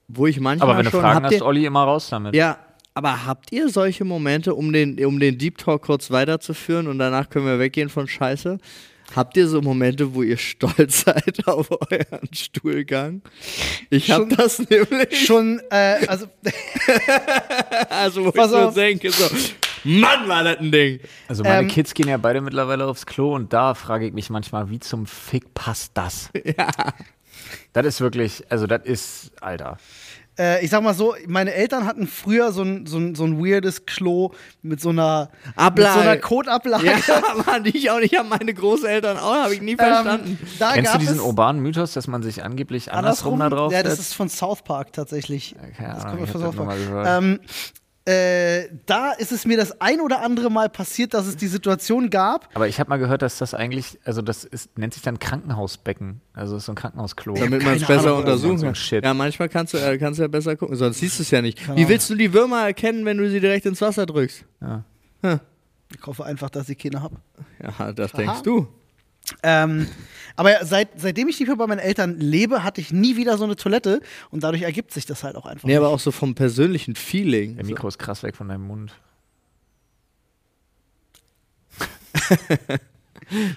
Wo ich manchmal Aber wenn du schon Fragen habt hast, ihr, Olli, immer raus damit. ja, aber habt ihr solche Momente, um den, um den Deep Talk kurz weiterzuführen und danach können wir weggehen von Scheiße? Habt ihr so Momente, wo ihr stolz (laughs) seid auf euren Stuhlgang? Ich hab Schon- das nämlich. schon, äh, also (laughs) Also, wo Pass ich so auf. denke, so, Mann, war das ein Ding. Also meine Ähm, Kids gehen ja beide mittlerweile aufs Klo und da frage ich mich manchmal, wie zum Fick passt (laughs) das? Ja. Das ist wirklich, also das ist, Alter. äh, ich sag mal so, meine Eltern hatten früher so ein, so ein, so ein weirdes Klo mit so einer, mit so Ablage. einer Codeablage. (laughs) Ähm, Ja, Mann, ich auch nicht, haben meine Großeltern auch, habe ich nie verstanden. Ähm, da Kennst du gab diesen es urbanen Mythos, dass man sich angeblich andersrum, da drauf Ja, das setzt? ist von South Park tatsächlich. keine das Ahnung, kommt ich von hab das South Park. nur mal Ähm, äh, da ist es mir das ein oder andere Mal passiert, dass es die Situation gab, Aber ich habe mal gehört, dass das eigentlich, also das ist, nennt sich dann Krankenhausbecken. Also das ist so ein Krankenhausklo. Damit man es keine besser Ahnung, untersuchen so ein kann. Shit. Ja, manchmal kannst du, äh, kannst du ja besser gucken, sonst siehst du es ja nicht. Wie willst du die Würmer erkennen, wenn du sie direkt ins Wasser drückst? Ich hoffe einfach, dass ich keine habe. Ja, das denkst du. Ähm, aber seit, seitdem ich nicht mehr bei meinen Eltern lebe, hatte ich nie wieder so eine Toilette und dadurch ergibt sich das halt auch einfach. Nee, aber auch so vom persönlichen Feeling. Der Mikro ist krass weg von deinem Mund.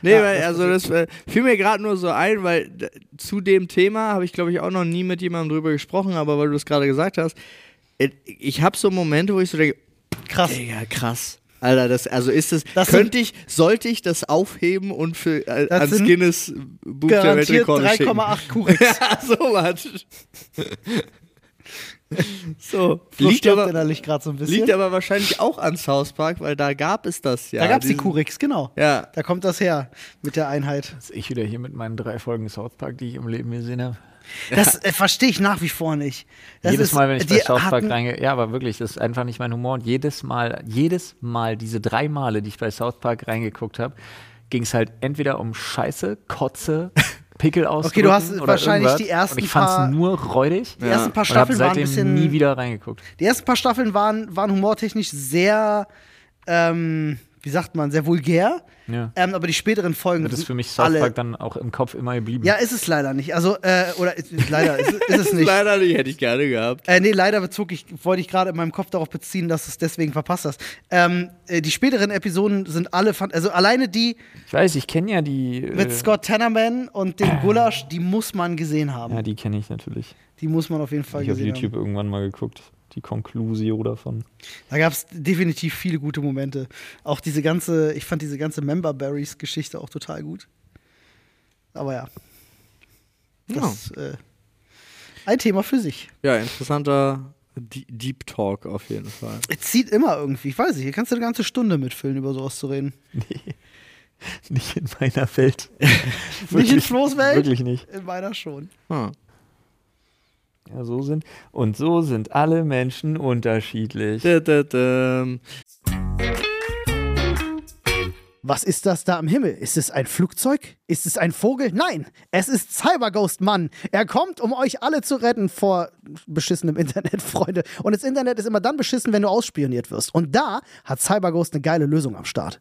Nee, weil, also das äh, fiel mir gerade nur so ein, weil d- zu dem Thema habe ich, glaube ich, auch noch nie mit jemandem drüber gesprochen, aber weil du es gerade gesagt hast, äh, ich habe so Momente, wo ich so denke, Krass. Digga, krass. Alter, das, also ist das, Das könnte ich, sollte ich das aufheben und für, äh, Das ans sind Guinness Buch der Garantiert Weltrekorde schicken? (laughs) 3,8 Kurex. ja, (laughs) sowas. so, liegt Liegt aber, innerlich gerade so ein bisschen. liegt aber wahrscheinlich auch an South Park, weil da gab es das ja. da gab es die diesen- Kurex, genau. Ja. Da kommt das her mit der Einheit. Jetzt ich wieder hier mit meinen drei Folgen South Park, die ich im Leben gesehen habe. Das äh, verstehe ich nach wie vor nicht. Das jedes ist- Mal, wenn ich bei die South Park hatten- reingehe, ja, aber wirklich, das ist einfach nicht mein Humor. Und jedes Mal, jedes Mal, diese drei Male, die ich bei South Park reingeguckt habe, ging es halt entweder um Scheiße, (laughs) Kotze, Pickel aus. Okay, du hast wahrscheinlich die ersten Und ich fand paar- es nur räudig. Die ersten paar Und habe Staffeln waren ein bisschen. seitdem nie wieder reingeguckt. Die ersten paar Staffeln waren, waren humortechnisch sehr, ähm, wie sagt man, sehr vulgär. Ja. Ähm, aber die späteren Folgen Das ist sind für mich South alle. Park dann auch im Kopf immer geblieben. ja, ist es leider nicht. Also, äh, oder ist, leider ist, ist (laughs) es nicht. (laughs) Leider nicht, hätte ich gerne gehabt. Äh, nee, leider bezog ich, wollte ich gerade in meinem Kopf darauf beziehen, dass du es deswegen verpasst hast. Ähm, äh, die späteren Episoden sind alle, fan- also alleine die Ich weiß, ich kenne ja die. mit äh, Scott Tannerman und dem Gulasch, die muss man gesehen haben. Ja, die kenne ich natürlich. Die muss man auf jeden Fall Habe ich auf gesehen YouTube irgendwann mal geguckt. Die Conclusio davon. haben. Da gab es definitiv viele gute Momente. Auch diese ganze, ich fand diese ganze Member Berries Geschichte auch total gut. Aber ja. Das, äh, ein Thema für sich. Ja, interessanter D Deep Talk auf jeden Fall. Es zieht immer irgendwie. Ich weiß nicht, hier kannst du eine ganze Stunde mitfüllen, über sowas zu reden. (laughs) Nicht in meiner Welt. (laughs) Nicht in Flo's Welt? Wirklich nicht. In meiner schon. Hm. Ja, so sind. Und so sind alle Menschen unterschiedlich. Da, da, da. Was ist das da am Himmel? Ist es ein Flugzeug? Ist es ein Vogel? Nein, es ist Cyberghost Mann. Er kommt, um euch alle zu retten vor beschissenem Internet, (laughs) Freunde. Und das Internet ist immer dann beschissen, wenn du ausspioniert wirst. Und da hat Cyberghost eine geile Lösung am Start.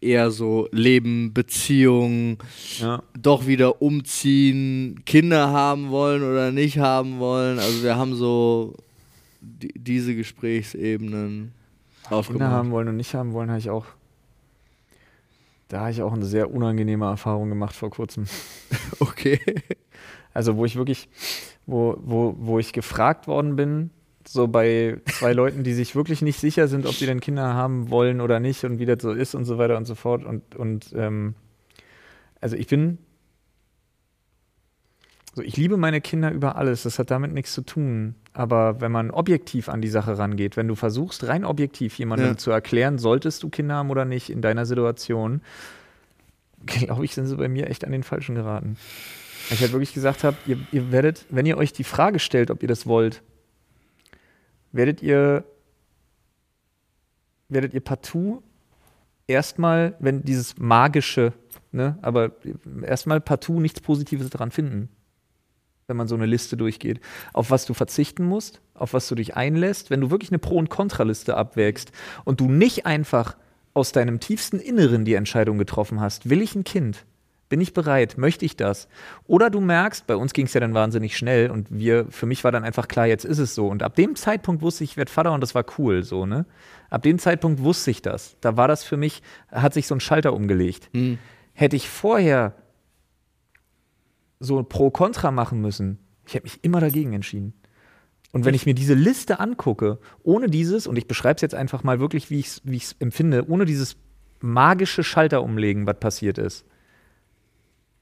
eher so Leben, Beziehungen, Ja. doch wieder umziehen, Kinder haben wollen oder nicht haben wollen. Also wir haben so die, diese Gesprächsebenen Kinder haben aufgemacht. wollen und nicht haben wollen, habe ich auch. Da habe ich auch eine sehr unangenehme Erfahrung gemacht vor kurzem. (laughs) Okay. Also wo ich wirklich, wo, wo, wo ich gefragt worden bin, so bei zwei Leuten, die sich wirklich nicht sicher sind, ob sie denn Kinder haben wollen oder nicht und wie das so ist und so weiter und so fort. Und, und ähm, also ich bin, so ich liebe meine Kinder über alles, das hat damit nichts zu tun. Aber wenn man objektiv an die Sache rangeht, wenn du versuchst, rein objektiv jemandem Ja. zu erklären, solltest du Kinder haben oder nicht in deiner Situation, glaube ich, sind sie bei mir echt an den Falschen geraten. Weil ich halt wirklich gesagt habe, ihr, ihr werdet, wenn ihr euch die Frage stellt, ob ihr das wollt, werdet ihr, werdet ihr partout erstmal, wenn dieses magische, ne, aber erstmal partout nichts Positives daran finden, wenn man so eine Liste durchgeht. Auf was du verzichten musst, auf was du dich einlässt, wenn du wirklich eine Pro- und Kontraliste abwägst und du nicht einfach aus deinem tiefsten Inneren die Entscheidung getroffen hast, will ich ein Kind? Bin ich bereit? Möchte ich das? Oder du merkst, bei uns ging es ja dann wahnsinnig schnell und wir, für mich war dann einfach klar, jetzt ist es so. Und ab dem Zeitpunkt wusste ich, ich werde Vater und das war cool, so, ne? Ab dem Zeitpunkt wusste ich das. Da war das für mich, hat sich so ein Schalter umgelegt. Hätte ich vorher so Pro-Kontra machen müssen, ich hätte mich immer dagegen entschieden. Und wenn ich mir diese Liste angucke, ohne dieses, und ich beschreibe es jetzt einfach mal wirklich, wie ich es wie ich's empfinde, ohne dieses magische Schalterumlegen, was passiert ist,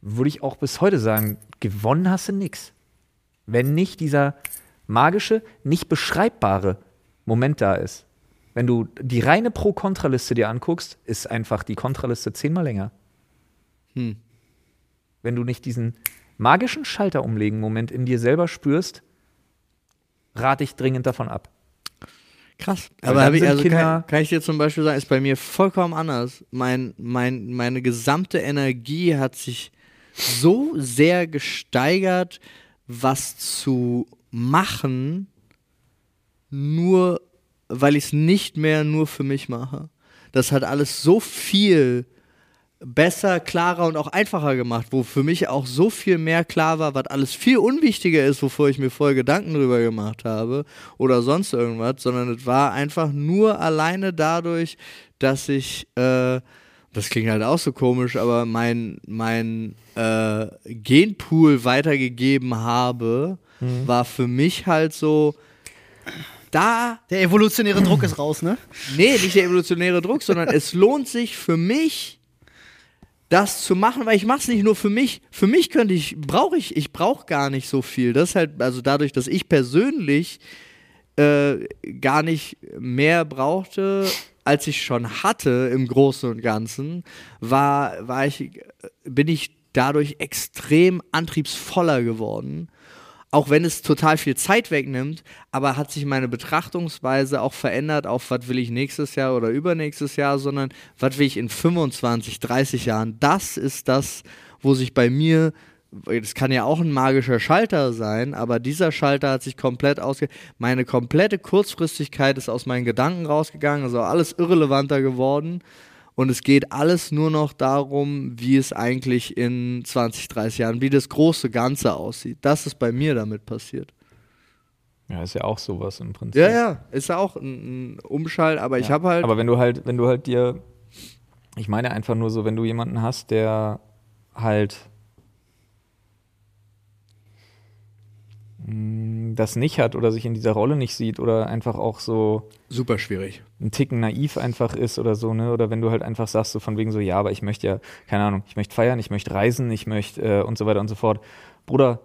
würde ich auch bis heute sagen, gewonnen hast du nix. Wenn nicht dieser magische, nicht beschreibbare Moment da ist. Wenn du die reine Pro-Kontra-Liste dir anguckst, ist einfach die Kontraliste zehnmal länger. Wenn du nicht diesen magischen Schalter umlegen Moment in dir selber spürst, rate ich dringend davon ab. Krass. Weil Aber dann hab ich, sind also Kinder- kann, kann ich dir zum Beispiel sagen, ist bei mir vollkommen anders. Mein, mein, meine gesamte Energie hat sich so sehr gesteigert, was zu machen, nur weil ich es nicht mehr nur für mich mache. Das hat alles so viel besser, klarer und auch einfacher gemacht, wo für mich auch so viel mehr klar war, was alles viel unwichtiger ist, wovor ich mir vorher Gedanken drüber gemacht habe oder sonst irgendwas, sondern es war einfach nur alleine dadurch, dass ich, äh, das klingt halt auch so komisch, aber mein, mein äh, Genpool weitergegeben habe, war für mich halt so, da Der evolutionäre Druck ist raus, ne? Nee, nicht der evolutionäre Druck, sondern es lohnt sich für mich, das zu machen, weil ich mach's nicht nur für mich. Für mich könnte ich, brauche ich, ich brauche gar nicht so viel. Das ist halt, also dadurch, dass ich persönlich äh, gar nicht mehr brauchte, als ich schon hatte im Großen und Ganzen, war, war ich, bin ich dadurch extrem antriebsvoller geworden auch wenn es total viel Zeit wegnimmt, aber hat sich meine Betrachtungsweise auch verändert auf, was will ich nächstes Jahr oder übernächstes Jahr, sondern was will ich in 25, 30 Jahren. Das ist das, wo sich bei mir, das kann ja auch ein magischer Schalter sein, aber dieser Schalter hat sich komplett ausge... Meine komplette Kurzfristigkeit ist aus meinen Gedanken rausgegangen, also alles irrelevanter geworden. Und es geht alles nur noch darum, wie es eigentlich in 20, 30 Jahren, wie das große Ganze aussieht. Das ist bei mir damit passiert. Ja, ist ja auch sowas im Prinzip. Ja, ja, ist ja auch ein, ein Umschall, aber ich habe halt. Aber wenn du halt, wenn du halt dir, ich meine einfach nur so, wenn du jemanden hast, der halt mh, mm, das nicht hat oder sich in dieser Rolle nicht sieht oder einfach auch so super schwierig. ein Ticken naiv einfach ist oder so, ne? Oder wenn du halt einfach sagst, so von wegen so, ja, aber ich möchte ja, keine Ahnung, ich möchte feiern, ich möchte reisen, ich möchte äh, und so weiter und so fort. Bruder,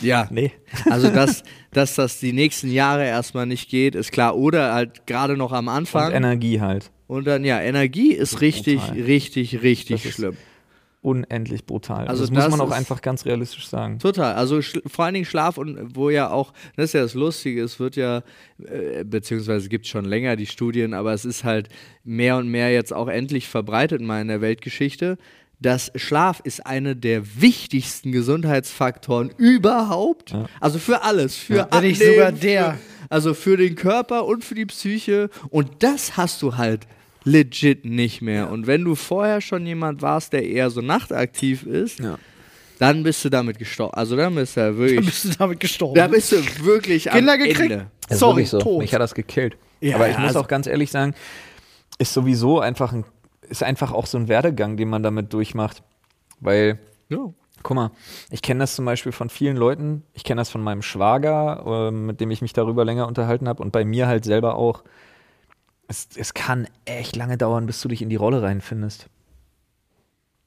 Ja. nee. (laughs) Also, dass, dass das die nächsten Jahre erstmal nicht geht, ist klar. Oder halt gerade noch am Und Anfang. Und, Energie halt. dann, ja, Energie ist richtig, Total. richtig, Das richtig ist- schlimm. Unendlich brutal. Also Also das, das muss man auch ist- einfach ganz realistisch sagen. Total. Also schl- vor allen Dingen Schlaf und äh, wo ja auch, das ist ja das Lustige, es wird ja, äh, beziehungsweise gibt es schon länger die Studien, aber es ist halt mehr und mehr jetzt auch endlich verbreitet mal in der Weltgeschichte, dass Schlaf ist eine der wichtigsten Gesundheitsfaktoren überhaupt. Also für alles, für ja, Wenn nicht sogar der. Für, also für den Körper und für die Psyche. Und das hast du halt legit nicht mehr. Und wenn du vorher schon jemand warst, der eher so nachtaktiv ist, dann bist du damit gestorben. Also dann bist du ja Dann wirklich. bist du damit gestorben. Da bist du wirklich Kinder am gekriegt? Ende. Das ist Sorry, wirklich so. tot. Mich hat das gekillt. Aber ich muss also- auch ganz ehrlich sagen, ist sowieso einfach ein, ist einfach auch so ein Werdegang, den man damit durchmacht. Weil, guck mal, ich kenne das zum Beispiel von vielen Leuten. Ich kenne das von meinem Schwager, äh, mit dem ich mich darüber länger unterhalten habe und bei mir halt selber auch. Es, es kann echt lange dauern, bis du dich in die Rolle reinfindest.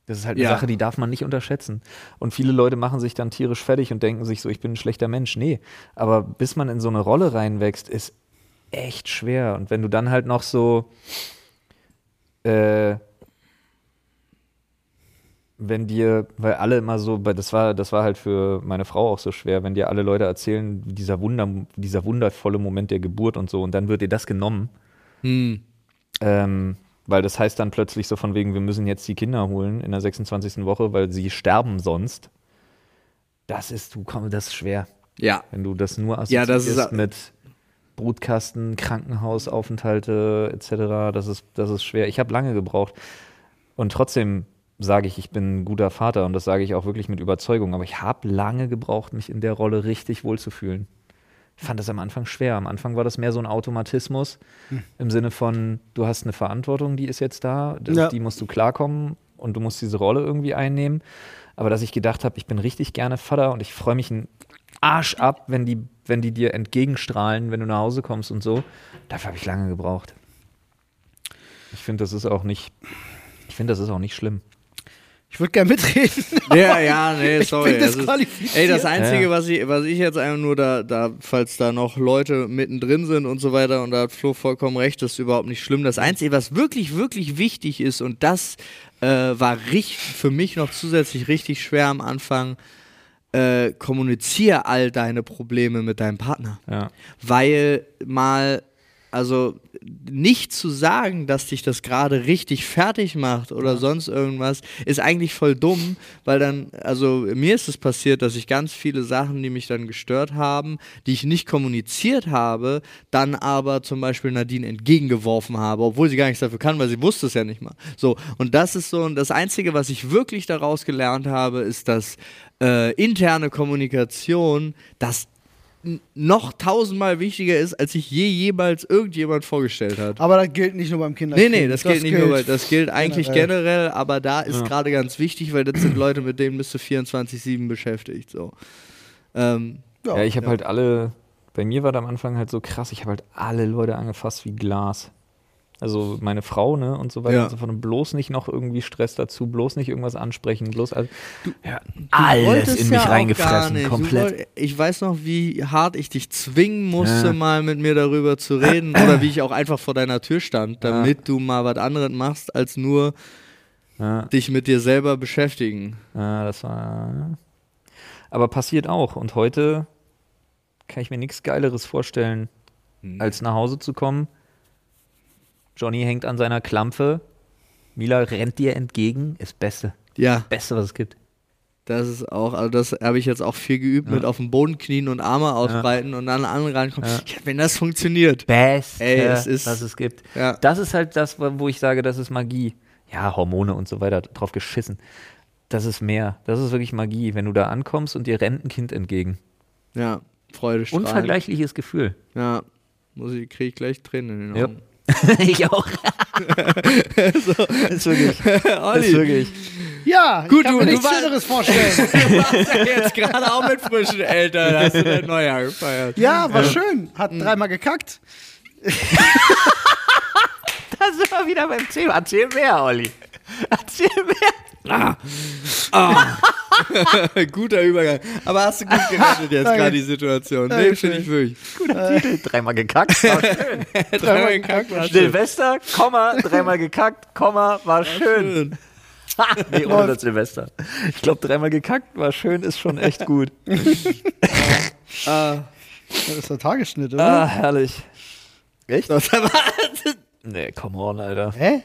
Das ist halt eine Ja. Sache, die darf man nicht unterschätzen. Und viele Leute machen sich dann tierisch fertig und denken sich so, ich bin ein schlechter Mensch. Nee, aber bis man in so eine Rolle reinwächst, ist echt schwer. Und wenn du dann halt noch so, äh, wenn dir, weil alle immer so, weil das war, das war halt für meine Frau auch so schwer, wenn dir alle Leute erzählen, dieser Wunder, dieser wundervolle Moment der Geburt und so, und dann wird dir das genommen. Hm. Ähm, weil das heißt dann plötzlich so von wegen, wir müssen jetzt die Kinder holen in der 26. Woche, weil sie sterben sonst. Das ist, du komm, das ist schwer. Ja. Wenn du das nur assoziierst Ja, das ist a- mit Brutkasten, Krankenhausaufenthalte etc., das ist, das ist schwer. Ich habe lange gebraucht. Und trotzdem sage ich, ich bin ein guter Vater und das sage ich auch wirklich mit Überzeugung. Aber ich habe lange gebraucht, mich in der Rolle richtig wohlzufühlen. Ich fand das am Anfang schwer. Am Anfang war das mehr so ein Automatismus im Sinne von, du hast eine Verantwortung, die ist jetzt da, d- Ja. die musst du klarkommen und du musst diese Rolle irgendwie einnehmen. Aber dass ich gedacht habe, ich bin richtig gerne Vater und ich freue mich einen Arsch ab, wenn die, wenn die dir entgegenstrahlen, wenn du nach Hause kommst und so, dafür habe ich lange gebraucht. Ich finde, das ist auch nicht, ich finde, das ist auch nicht schlimm. Ich würde gerne mitreden. Ja, ja, nee, Ich sorry. bin Das ist, disqualifiziert. ey, das Einzige, Ja. was ich, was ich jetzt einfach nur da, da, falls da noch Leute mittendrin sind und so weiter, und da hat Flo vollkommen recht, das ist überhaupt nicht schlimm. Das Einzige, was wirklich, wirklich wichtig ist, und das äh, war richtig, für mich noch zusätzlich richtig schwer am Anfang. Äh, kommunizier all deine Probleme mit deinem Partner. Ja. Weil mal, also nicht zu sagen, dass dich das gerade richtig fertig macht oder sonst irgendwas, ist eigentlich voll dumm, weil dann, also mir ist es passiert, dass ich ganz viele Sachen, die mich dann gestört haben, die ich nicht kommuniziert habe, dann aber zum Beispiel Nadine entgegengeworfen habe, obwohl sie gar nichts dafür kann, weil sie wusste es ja nicht mal. So, und das ist so, und das Einzige, was ich wirklich daraus gelernt habe, ist, dass äh, interne Kommunikation, das n- noch tausendmal wichtiger ist, als sich je jemals irgendjemand vorgestellt hat. Aber das gilt nicht nur beim Nee, Kinderkriegen. nee, Ah, das, gilt nicht nur, bei- das gilt eigentlich generell. generell, aber da ist gerade ganz wichtig, weil das sind Leute, mit denen bist du 24-7 beschäftigt. So. Ähm, Ja, Ja, ich habe halt alle, bei mir war das am Anfang halt so krass, ich habe halt alle Leute angefasst wie Glas. Also meine Frau, ne, und so weiter Ja. und so fort. Und bloß nicht noch irgendwie Stress dazu, bloß nicht irgendwas ansprechen, bloß all, ja, wolltest alles in mich ja auch gar reingefressen, nicht. Du komplett. woll- Ich weiß noch, wie hart ich dich zwingen musste, mal mit mir darüber zu reden oder wie ich auch einfach vor deiner Tür stand, damit du mal was anderes machst, als nur Ja, dich mit dir selber beschäftigen. ja, das war. Aber passiert auch. Und heute kann ich mir nichts Geileres vorstellen, als nach Hause zu kommen. Johnny hängt an seiner Klampfe. Mila rennt dir entgegen. Ist Beste. Ja, Beste, was es gibt. das ist auch, also das habe ich jetzt auch viel geübt mit auf dem Boden knien und Arme ausbreiten und dann an rankommen. Ja, wenn das funktioniert. Beste, Ey, es ist- Ah. was es gibt. Ja. Das ist halt das, wo wo ich sage, das ist Magie. Ja, Hormone und so weiter, drauf geschissen. Das ist mehr. Das ist wirklich Magie, wenn du da ankommst und dir rennt ein Kind entgegen. Ja, Freude strahlen. Unvergleichliches Gefühl. Ja, muss ich, kriege ich gleich Tränen in den Ja. Augen. ich auch. Ist wirklich, (laughs) ist wirklich. Ja, Gut, ich kann du- mir du nichts war- Schöneres (laughs) vorstellen. Du warst ja jetzt gerade auch mit frischen Eltern, hast du dein Neujahr gefeiert. ja, war schön. Mhm. Hat dreimal gekackt. Da sind wir wieder beim Thema. Erzähl mehr, Olli. (laughs) Erzähl mehr. (laughs) Guter Übergang. Aber hast du gut gerettet jetzt Danke. gerade die Situation. Nee, Dankeschön. finde ich wirklich. Dreimal gekackt. (laughs) War schön. Dreimal gekackt war schön. Silvester, Komma, dreimal gekackt, Komma, war schön. (laughs) Nee, ohne das Silvester. Ich glaube, dreimal gekackt, war schön, ist schon echt (laughs) gut. Ah, Das ist der Tagesschnitt, oder? Ah, herrlich. Echt? Das war (laughs) Nee, come on, Alter. Hä?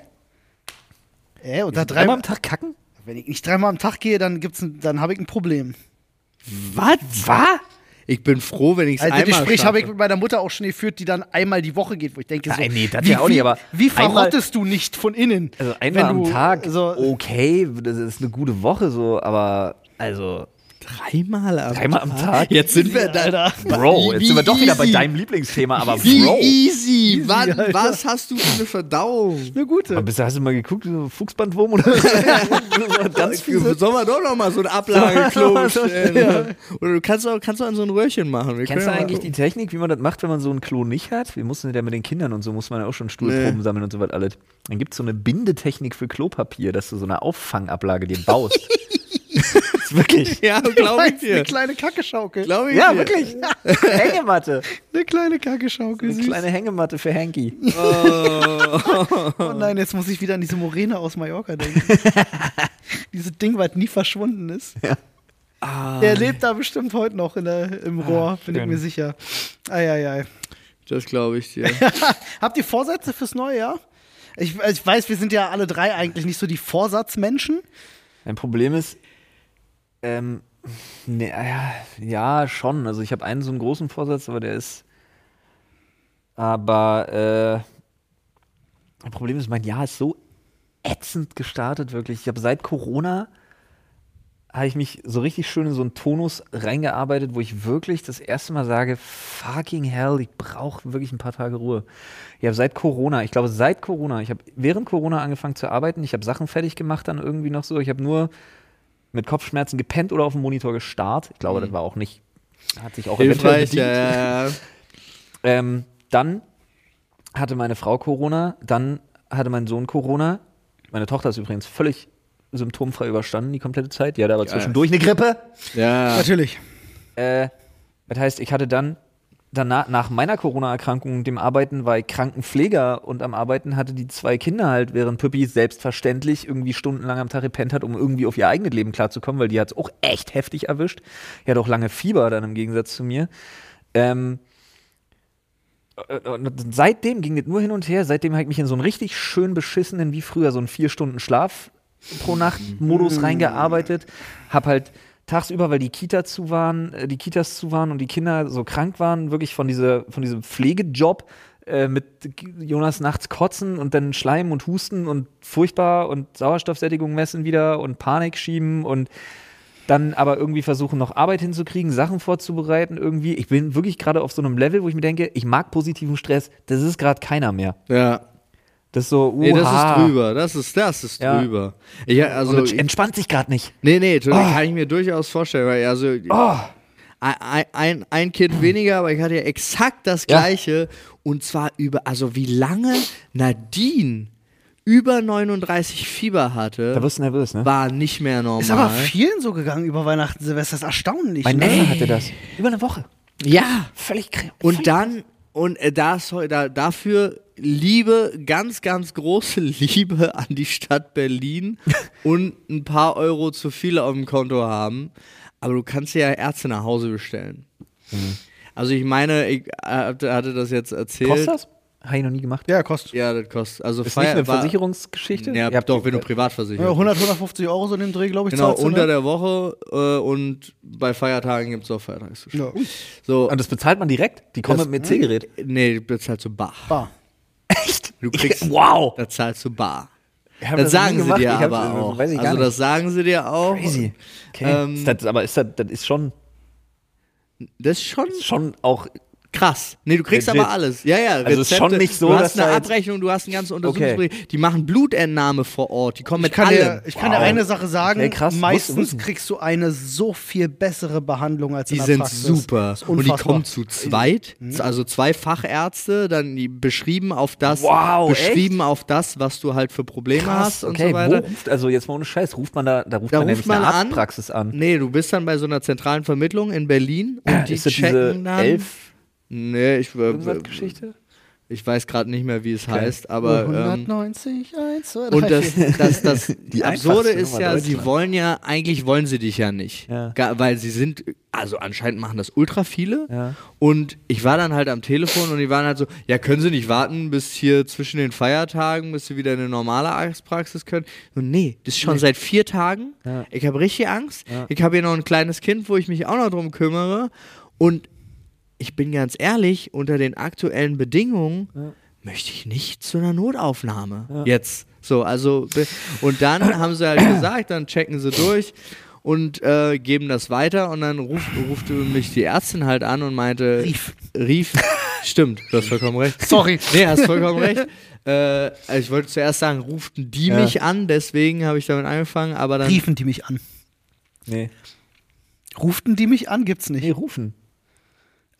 Hä? Und da Dreimal dreimal. am Tag kacken? Wenn ich nicht dreimal am Tag gehe, dann gibt's, ein- dann habe ich ein Problem. was? Was? Ich bin froh, wenn ich es Also das einmal Gespräch habe ich schaffe. mit meiner Mutter auch schon geführt, die dann einmal die Woche geht, wo ich denke, so, Nein, nee, das wie, ja auch nicht, wie- aber wie einmal- verrottest du nicht von innen? Also einmal wenn am du, Tag, Oh, So, okay, das ist eine gute Woche so, aber also, Dreimal am Dreimal am Tag? Jetzt sind wir da. Bro, jetzt Wie sind wir doch wieder bei easy. deinem Lieblingsthema, aber Wie Bro. easy. Wann, was hast du für eine Verdauung? eine gute. Aber bist du- hast du mal geguckt, so Fuchsbandwurm oder so? Ganz fiese. Sollen wir doch noch mal so ein Ablageklo bestellen? Oder du kannst auch, kannst auch an so ein Röhrchen machen. Wir Kennst du können ja mal eigentlich (laughs) die Technik, wie man das macht, wenn man so einen Klo nicht hat? Wir mussten ja mit den Kindern und so, muss man ja auch schon Stuhlproben sammeln und so was alles. Dann gibt es so eine Bindetechnik für Klopapier, dass du so eine Auffangablage dir baust. (laughs) Ist Wirklich. (laughs) Ja, Du glaube ich meinst, (laughs) dir. eine kleine Kackeschaukel. Glaube ich Ja, dir. wirklich. (laughs) Hängematte. eine kleine Kackeschaukel. Eine Süß. kleine Hängematte für Hanky. Oh nein, jetzt muss ich wieder an diese Morene aus Mallorca (laughs) denken. Dieses Ding, was nie verschwunden ist. Der Ah. lebt da bestimmt heute noch in der, im Rohr, bin ich schön. mir sicher. Eieiei. Das glaube ich (laughs) dir. (laughs) Habt ihr Vorsätze fürs neue Jahr? Ich, also ich weiß, wir sind ja alle drei eigentlich nicht so die Vorsatzmenschen. Mein Problem ist, ähm, ne, ja, ja, schon. Also ich habe einen so einen großen Vorsatz, aber der ist. Aber äh, mein Problem ist, mein Jahr ist so ätzend gestartet, wirklich. Ich habe seit Corona habe ich mich so richtig schön in so einen Tonus reingearbeitet, wo ich wirklich das erste Mal sage, fucking hell, ich brauche wirklich ein paar Tage Ruhe. Ich habe seit Corona, ich glaube seit Corona, ich habe während Corona angefangen zu arbeiten, ich habe Sachen fertig gemacht dann irgendwie noch so, ich habe nur mit Kopfschmerzen gepennt oder auf dem Monitor gestarrt. Ich glaube, das war auch nicht, hat sich auch eventuell Hilfreich, bedient. ja, ja, ja. Ähm, dann hatte meine Frau Corona, dann hatte mein Sohn Corona. Meine Tochter ist übrigens völlig symptomfrei überstanden die komplette Zeit. Die hatte aber zwischendurch eine Grippe. ja. Natürlich. Äh, das heißt, ich hatte dann danach, nach meiner Corona-Erkrankung und dem Arbeiten war ich Krankenpfleger und am Arbeiten hatte die zwei Kinder halt, während Püppi selbstverständlich irgendwie stundenlang am Tag gepennt hat, um irgendwie auf ihr eigenes Leben klarzukommen, weil die hat es auch echt heftig erwischt. Die hat auch lange Fieber dann im Gegensatz zu mir. Ähm, äh, und seitdem ging das nur hin und her. Seitdem habe ich mich in so einen richtig schön beschissenen, wie früher, so einen vier Stunden Schlaf pro Nacht Modus reingearbeitet. Hab halt tagsüber, weil die Kita zu waren, äh, die Kitas zu waren und die Kinder so krank waren, wirklich von dieser, von diesem Pflegejob äh, mit Jonas nachts kotzen und dann Schleim und Husten und furchtbar und Sauerstoffsättigung messen wieder und Panik schieben und dann aber irgendwie versuchen, noch Arbeit hinzukriegen, Sachen vorzubereiten irgendwie. Ich bin wirklich gerade auf so einem Level, wo ich mir denke, ich mag positiven Stress, das ist gerade keiner mehr. Ja. Das ist so, uha. Nee, das ist drüber. Das ist, das ist Ja. drüber. Ja, also. Und es Ich, entspannt sich gerade nicht. nee, nee, Ah. total, kann ich mir durchaus vorstellen. Weil also, ein, ein, ein Kind weniger, aber ich hatte ja exakt das Ja. gleiche. Und zwar über, also wie lange Nadine über 39 Fieber Da hatte, wirst du nervös, ne? war nicht mehr normal. Ist aber vielen so gegangen über Weihnachten, Silvester. Das ist erstaunlich. Mein ne? Neffe hatte das. Über eine Woche. ja. Völlig krank. Und dann, und äh, da soll, da, dafür Liebe, ganz, ganz große (laughs) Liebe an die (laughs) Stadt Berlin und ein paar Euro zu viel auf dem Konto haben. Aber du kannst dir ja Ärzte nach Hause bestellen. Also ich meine, ich äh, hatte das jetzt erzählt. Kostet das? Habe ich noch nie gemacht. Ja, kostet. Ja, das kostet. Also Ist nicht eine war- Versicherungsgeschichte? Ja, Ihr habt- doch, wenn du privat Ja, versichert. 100, 150 Euro so in dem Dreh, glaube ich. Genau, zahlst du, unter ne? der Woche äh, und bei Feiertagen gibt es auch Feiertagszuschlag. Ja. So, Und das bezahlt man direkt? Die kommen Das- mit (laughs) dem EC-Gerät. nee, du bezahlst du bar. Bar. Echt? Du kriegst- Ich, wow. Da zahlst du bar. Ich hab Das, noch nie sagen sie gemacht. dir Ich hab's- aber auch. Weiß ich gar also nicht. das sagen sie dir auch. Crazy. Okay. Ähm, ist das, aber ist das, das ist schon, Das ist schon schon auch krass. Nee, du kriegst Legit. aber alles. Ja, ja. Also ist schon nicht so, Du dass hast eine da jetzt- Abrechnung, du hast einen ganzen Untersuchungsbericht. Die machen Blutentnahme vor Ort. Die kommen Ich mit kann, allem. dir, ich kann dir eine Sache sagen, Okay, krass. meistens Wusste- wusste. kriegst du eine so viel bessere Behandlung als in Die der sind Praxis. super. Ist Und die unfassbar. kommen zu zweit, Mhm. also zwei Fachärzte, dann die beschrieben auf das, Wow, beschrieben auf das, was du halt für Probleme hast und okay, so weiter. wo ruft, also jetzt mal ohne Scheiß, ruft man da, da ruft Da man nämlich ruft man eine an. Arztpraxis an. Nee, du bist dann bei so einer zentralen Vermittlung in Berlin und die Äh, ist das checken diese dann. elf Nee, ich, äh, Geschichte? ich weiß gerade nicht mehr, wie es heißt, aber. Ähm, 190, 1, 2, 3, und das, (laughs) das, das (laughs) die Absurde einfachste ist Nummer ja, sie Deutschland. wollen ja, eigentlich wollen sie dich ja nicht. Ja. Gar, weil sie sind, also anscheinend machen das ultra viele. Ja. Und ich war dann halt am Telefon und die waren halt so, ja, können sie nicht warten bis hier zwischen den Feiertagen, bis sie wieder in eine normale Arztpraxis können? Und nee, das ist schon seit vier Tagen. Ich habe richtig Angst. Ich habe hier noch ein kleines Kind, wo ich mich auch noch drum kümmere. Und ich bin ganz ehrlich, unter den aktuellen Bedingungen möchte ich nicht zu einer Notaufnahme. Jetzt. So, also, be- (coughs) und dann haben sie halt gesagt, dann checken sie durch und äh, geben das weiter und dann ruft, ruft mich die Ärztin halt an und meinte. Rief. (laughs) Rief. Stimmt, du hast vollkommen recht. Sorry. Nee, hast vollkommen recht. Äh, also ich wollte zuerst sagen, ruften die mich an, deswegen habe ich damit angefangen, aber dann. Riefen die mich an. Nee. Ruften die mich an? Gibt's Nee, nicht. rufen.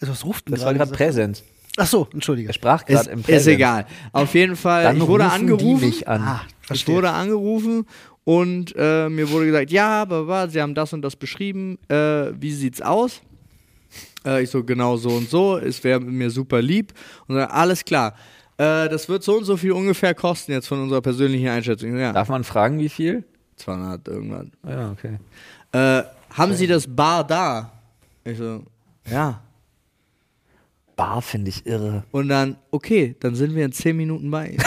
Also was ruften Das war gerade Präsent. Ach so, entschuldige. Er sprach Ist, gerade im Präsent. ist egal. Auf jeden Fall, Dann ich wurde rufen angerufen. Die mich an. Ah, Ich verstehe. wurde angerufen und äh, mir wurde gesagt, ja, baba, sie haben das und das beschrieben, äh, wie sieht's aus? Äh, ich so, genau so und so, es wäre mir super lieb. Und dann, alles klar. Äh, das wird so und so viel ungefähr kosten jetzt von unserer persönlichen Einschätzung. Ja, Darf man fragen, wie viel? 200 irgendwann. Ah Ja, okay. Äh, haben Sie das Bar da? Ich so, ja. Bar finde ich irre. Und dann, okay, dann sind wir in 10 Minuten bei Ihnen.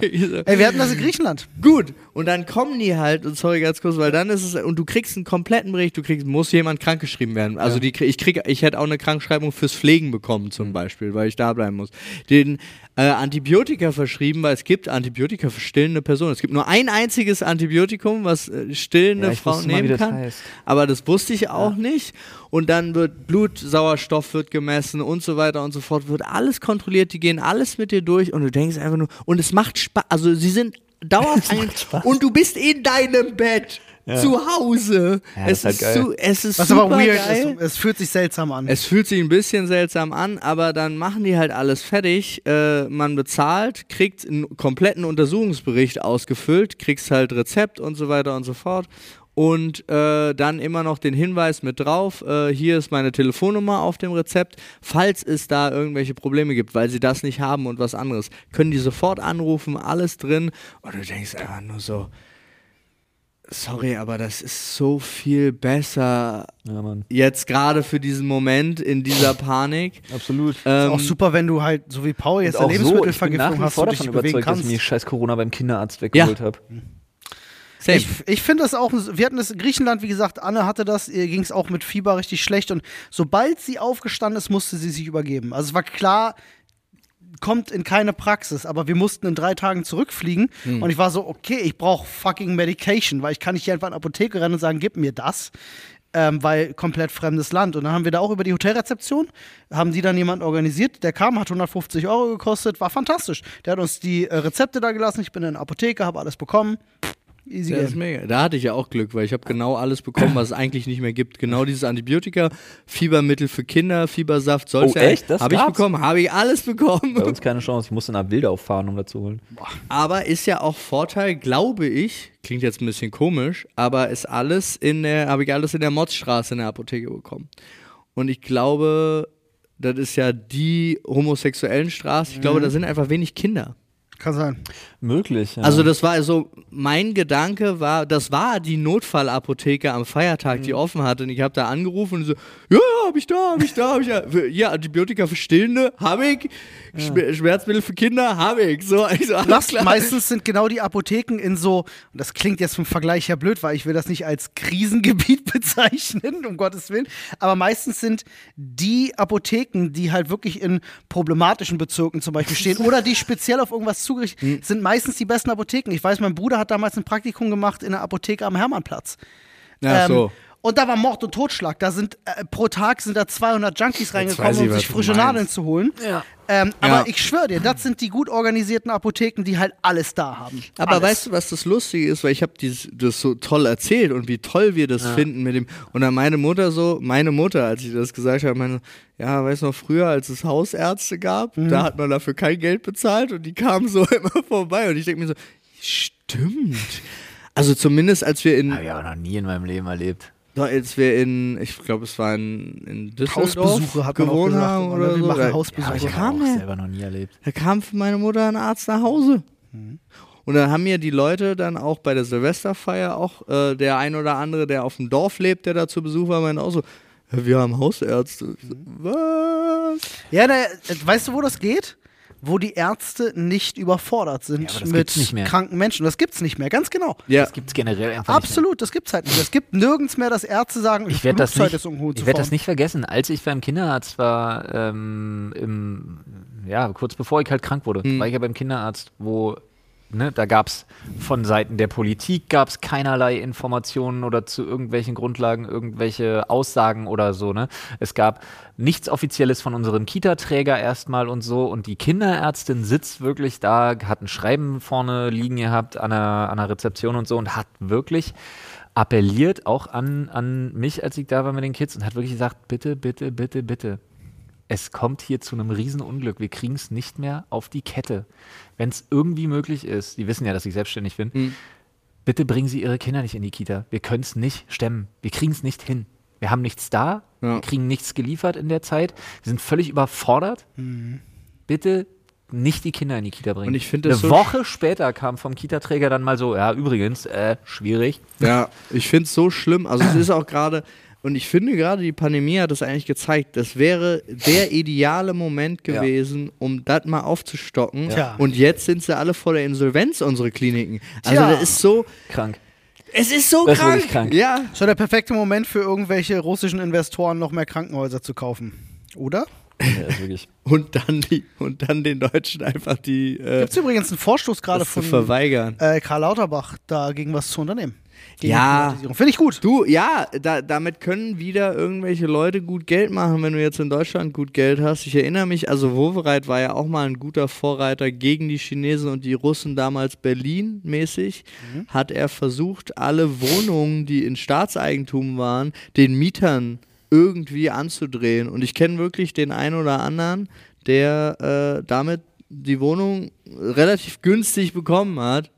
Ich so, Ey, wir hatten das in Griechenland. Gut, und dann kommen die halt, und sorry ganz kurz, weil dann ist es, und du kriegst einen kompletten Bericht, du kriegst, muss jemand krankgeschrieben werden. Also die, krieg- ich krieg, ich hätte auch eine Krankschreibung fürs Pflegen bekommen Mhm. zum Beispiel, weil ich da bleiben muss. Den äh, Antibiotika verschrieben, weil es gibt Antibiotika für stillende Personen. Es gibt nur ein einziges Antibiotikum, was äh, stillende Ja, ich Frauen wusste mal, wie nehmen das kann. heißt. Aber das wusste ich auch nicht. Und dann wird Blutsauerstoff wird gemessen und so weiter und so fort. Wird alles kontrolliert. Die gehen alles mit dir durch und du denkst einfach nur, und es macht Spaß. Also (laughs) sie sind dauerhaft ein- und du bist in deinem Bett. Zu Hause. Ja, das es, ist halt ist geil. Zu, es ist Was super aber weird geil. ist. um, Es fühlt sich seltsam an. Es fühlt sich ein bisschen seltsam an, aber dann machen die halt alles fertig. Äh, man bezahlt, kriegt einen kompletten Untersuchungsbericht ausgefüllt, kriegst halt Rezept und so weiter und so fort. und äh, dann immer noch den Hinweis mit drauf, äh, hier ist meine Telefonnummer auf dem Rezept. Falls es da irgendwelche Probleme gibt, weil sie das nicht haben und was anderes, können die sofort anrufen, alles drin. Und du denkst einfach nur so, sorry, aber das ist so viel besser Ja, Mann. jetzt gerade für diesen Moment in dieser Panik. Absolut. Ist Ähm, auch super, wenn du halt, so wie Paul jetzt eine Auch so, ich bin nach Lebensmittelvergiftung wie hast, du vor dich davon nicht bewegen überzeugt, dass ich kannst. mir scheiß Corona beim Kinderarzt weggeholt habe. safe. Ich, ich finde das auch, wir hatten das in Griechenland, wie gesagt, Anne hatte das, ihr ging es auch mit Fieber richtig schlecht und sobald sie aufgestanden ist, musste sie sich übergeben. Also es war klar, kommt in keine Praxis, aber wir mussten in drei Tagen zurückfliegen und ich war so, okay, ich brauche fucking Medication, weil ich kann nicht hier einfach in die Apotheke rennen und sagen, gib mir das. Ähm, weil komplett fremdes Land. Und dann haben wir da auch über die Hotelrezeption, haben die dann jemanden organisiert, der kam, hat 150 Euro gekostet, war fantastisch. Der hat uns die äh, Rezepte da gelassen, ich bin in der Apotheke, habe alles bekommen. Easy Ja, game. ist mega. Da hatte ich ja auch Glück, weil ich habe genau alles bekommen, was es eigentlich nicht mehr gibt. Genau dieses Antibiotika, Fiebermittel für Kinder, Fiebersaft, soll's Oh, ja- echt? Das Habe ich gab's? bekommen, habe ich alles Bei bekommen. uns keine Chance. Ich musste nach Bilder auffahren, um das zu holen. (laughs) Aber ist ja auch Vorteil, glaube ich, klingt jetzt ein bisschen komisch, aber ist alles in der, habe ich alles in der Motzstraße in der Apotheke bekommen. Und ich glaube, das ist ja die homosexuellen Straße. Ich Mhm. glaube, da sind einfach wenig Kinder. Kann sein. Möglich. Ja. Also das war also mein Gedanke war, das war die Notfallapotheke am Feiertag, Mhm. die offen hatte und ich habe da angerufen und so, ja, hab ich da, hab ich da, hab ich da, Für- ja, Antibiotika für Stillende, hab ich, Schmer- Schmerzmittel für Kinder, hab ich, so, also, alles Lass, klar. meistens sind genau die Apotheken in so, und das klingt jetzt vom Vergleich her blöd, weil ich will das nicht als Krisengebiet (laughs) bezeichnen, um Gottes Willen, aber meistens sind die Apotheken, die halt wirklich in problematischen Bezirken zum Beispiel stehen oder die speziell auf irgendwas zugerichtet sind, sind meistens die besten Apotheken. Ich weiß, mein Bruder hat damals ein Praktikum gemacht in der Apotheke am Hermannplatz. Ja, Ähm, so. Und da war Mord und Totschlag. Da sind äh, pro Tag sind da 200 Junkies reingekommen, weiß ich, um was sich du frische meinst. Nadeln zu holen. Ähm, aber Ja. ich schwöre dir, das sind die gut organisierten Apotheken, die halt alles da haben. Aber alles. weißt du, was das Lustige ist? Weil ich habe das so toll erzählt und wie toll wir das finden mit dem. Und dann meine Mutter so, meine Mutter, als ich das gesagt habe, meine, ja, weißt du noch, früher, als es Hausärzte gab, Mhm. da hat man dafür kein Geld bezahlt und die kamen so (laughs) immer vorbei. Und ich denke mir so, stimmt. Also zumindest als wir in, Habe ich aber noch nie in meinem Leben erlebt. als wir in, ich glaube, es war in, in Düsseldorf Hausbesuche hat man auch gewohnt gesagt. haben oder ne? oder wir so. machen Da- Hausbesuche. ich Auch kam der? selber noch nie erlebt. Da kam für meine Mutter ein Arzt nach Hause. Mhm. Und dann haben mir die Leute dann auch bei der Silvesterfeier auch äh, der ein oder andere, der auf dem Dorf lebt, der da zu Besuch war, meinte auch so, "Ja, wir haben Hausärzte. Ich so, Was? ja, na, äh, weißt du, wo das geht? Wo die Ärzte nicht überfordert sind aber das mit gibt's nicht mehr. kranken Menschen. Das gibt's nicht mehr, ganz genau. Ja. Das gibt es generell einfach Absolut, das gibt's halt nicht. mehr. Es gibt nirgends mehr, dass Ärzte sagen, Ich werde das, Flugzeit nicht- ist um hohen zu ich werd das fahren. nicht vergessen. Als ich beim Kinderarzt war, ähm, im, ja, kurz bevor ich halt krank wurde, Hm. war ich ja beim Kinderarzt, wo, ne, da gab es von Seiten der Politik gab es keinerlei Informationen oder zu irgendwelchen Grundlagen, irgendwelche Aussagen oder so, ne. Es gab nichts Offizielles von unserem Kita-Träger erstmal und so und die Kinderärztin sitzt wirklich da, hat ein Schreiben vorne liegen gehabt an der, an der Rezeption und so und hat wirklich appelliert auch an, an mich, als ich da war mit den Kids und hat wirklich gesagt, bitte, bitte, bitte, bitte. Es kommt hier zu einem Riesenunglück. Wir kriegen es nicht mehr auf die Kette. Wenn es irgendwie möglich ist, die wissen ja, dass ich selbstständig bin, Hm, bitte bringen Sie Ihre Kinder nicht in die Kita. Wir können es nicht stemmen. Wir kriegen es nicht hin. Wir haben nichts da, wir kriegen nichts geliefert in der Zeit. Wir sind völlig überfordert. Mhm. Bitte nicht die Kinder in die Kita bringen. Und ich finde Eine das so Woche später kam vom Kita-Träger dann mal so, ja, übrigens, äh, schwierig. Ja, ich finde es so schlimm. Also es ist auch gerade, und ich finde gerade, die Pandemie hat das eigentlich gezeigt, das wäre der ideale Moment gewesen, um das mal aufzustocken. Tja. Und jetzt sind sie alle vor der Insolvenz, unsere Kliniken. Also Tja. das ist so, Krank. es ist so Das ist krank. wirklich krank. Ja. Das ist ja der perfekte Moment für irgendwelche russischen Investoren, noch mehr Krankenhäuser zu kaufen. Oder? Ja, ist wirklich. und dann die und dann den Deutschen einfach die äh, Gibt's übrigens einen Vorstoß gerade das zu von verweigern. äh, Karl Lauterbach, dagegen was zu unternehmen. Gegen Ja. die Privatisierung. Finde ich gut. Du, ja, da, damit können wieder irgendwelche Leute gut Geld machen, wenn du jetzt in Deutschland gut Geld hast. Ich erinnere mich, also Wovereit war ja auch mal ein guter Vorreiter gegen die Chinesen und die Russen damals Berlin mäßig. Hat er versucht, alle Wohnungen, die in Staatseigentum waren, den Mietern irgendwie anzudrehen. Und ich kenne wirklich den einen oder anderen, der äh, damit die Wohnung relativ günstig bekommen hat.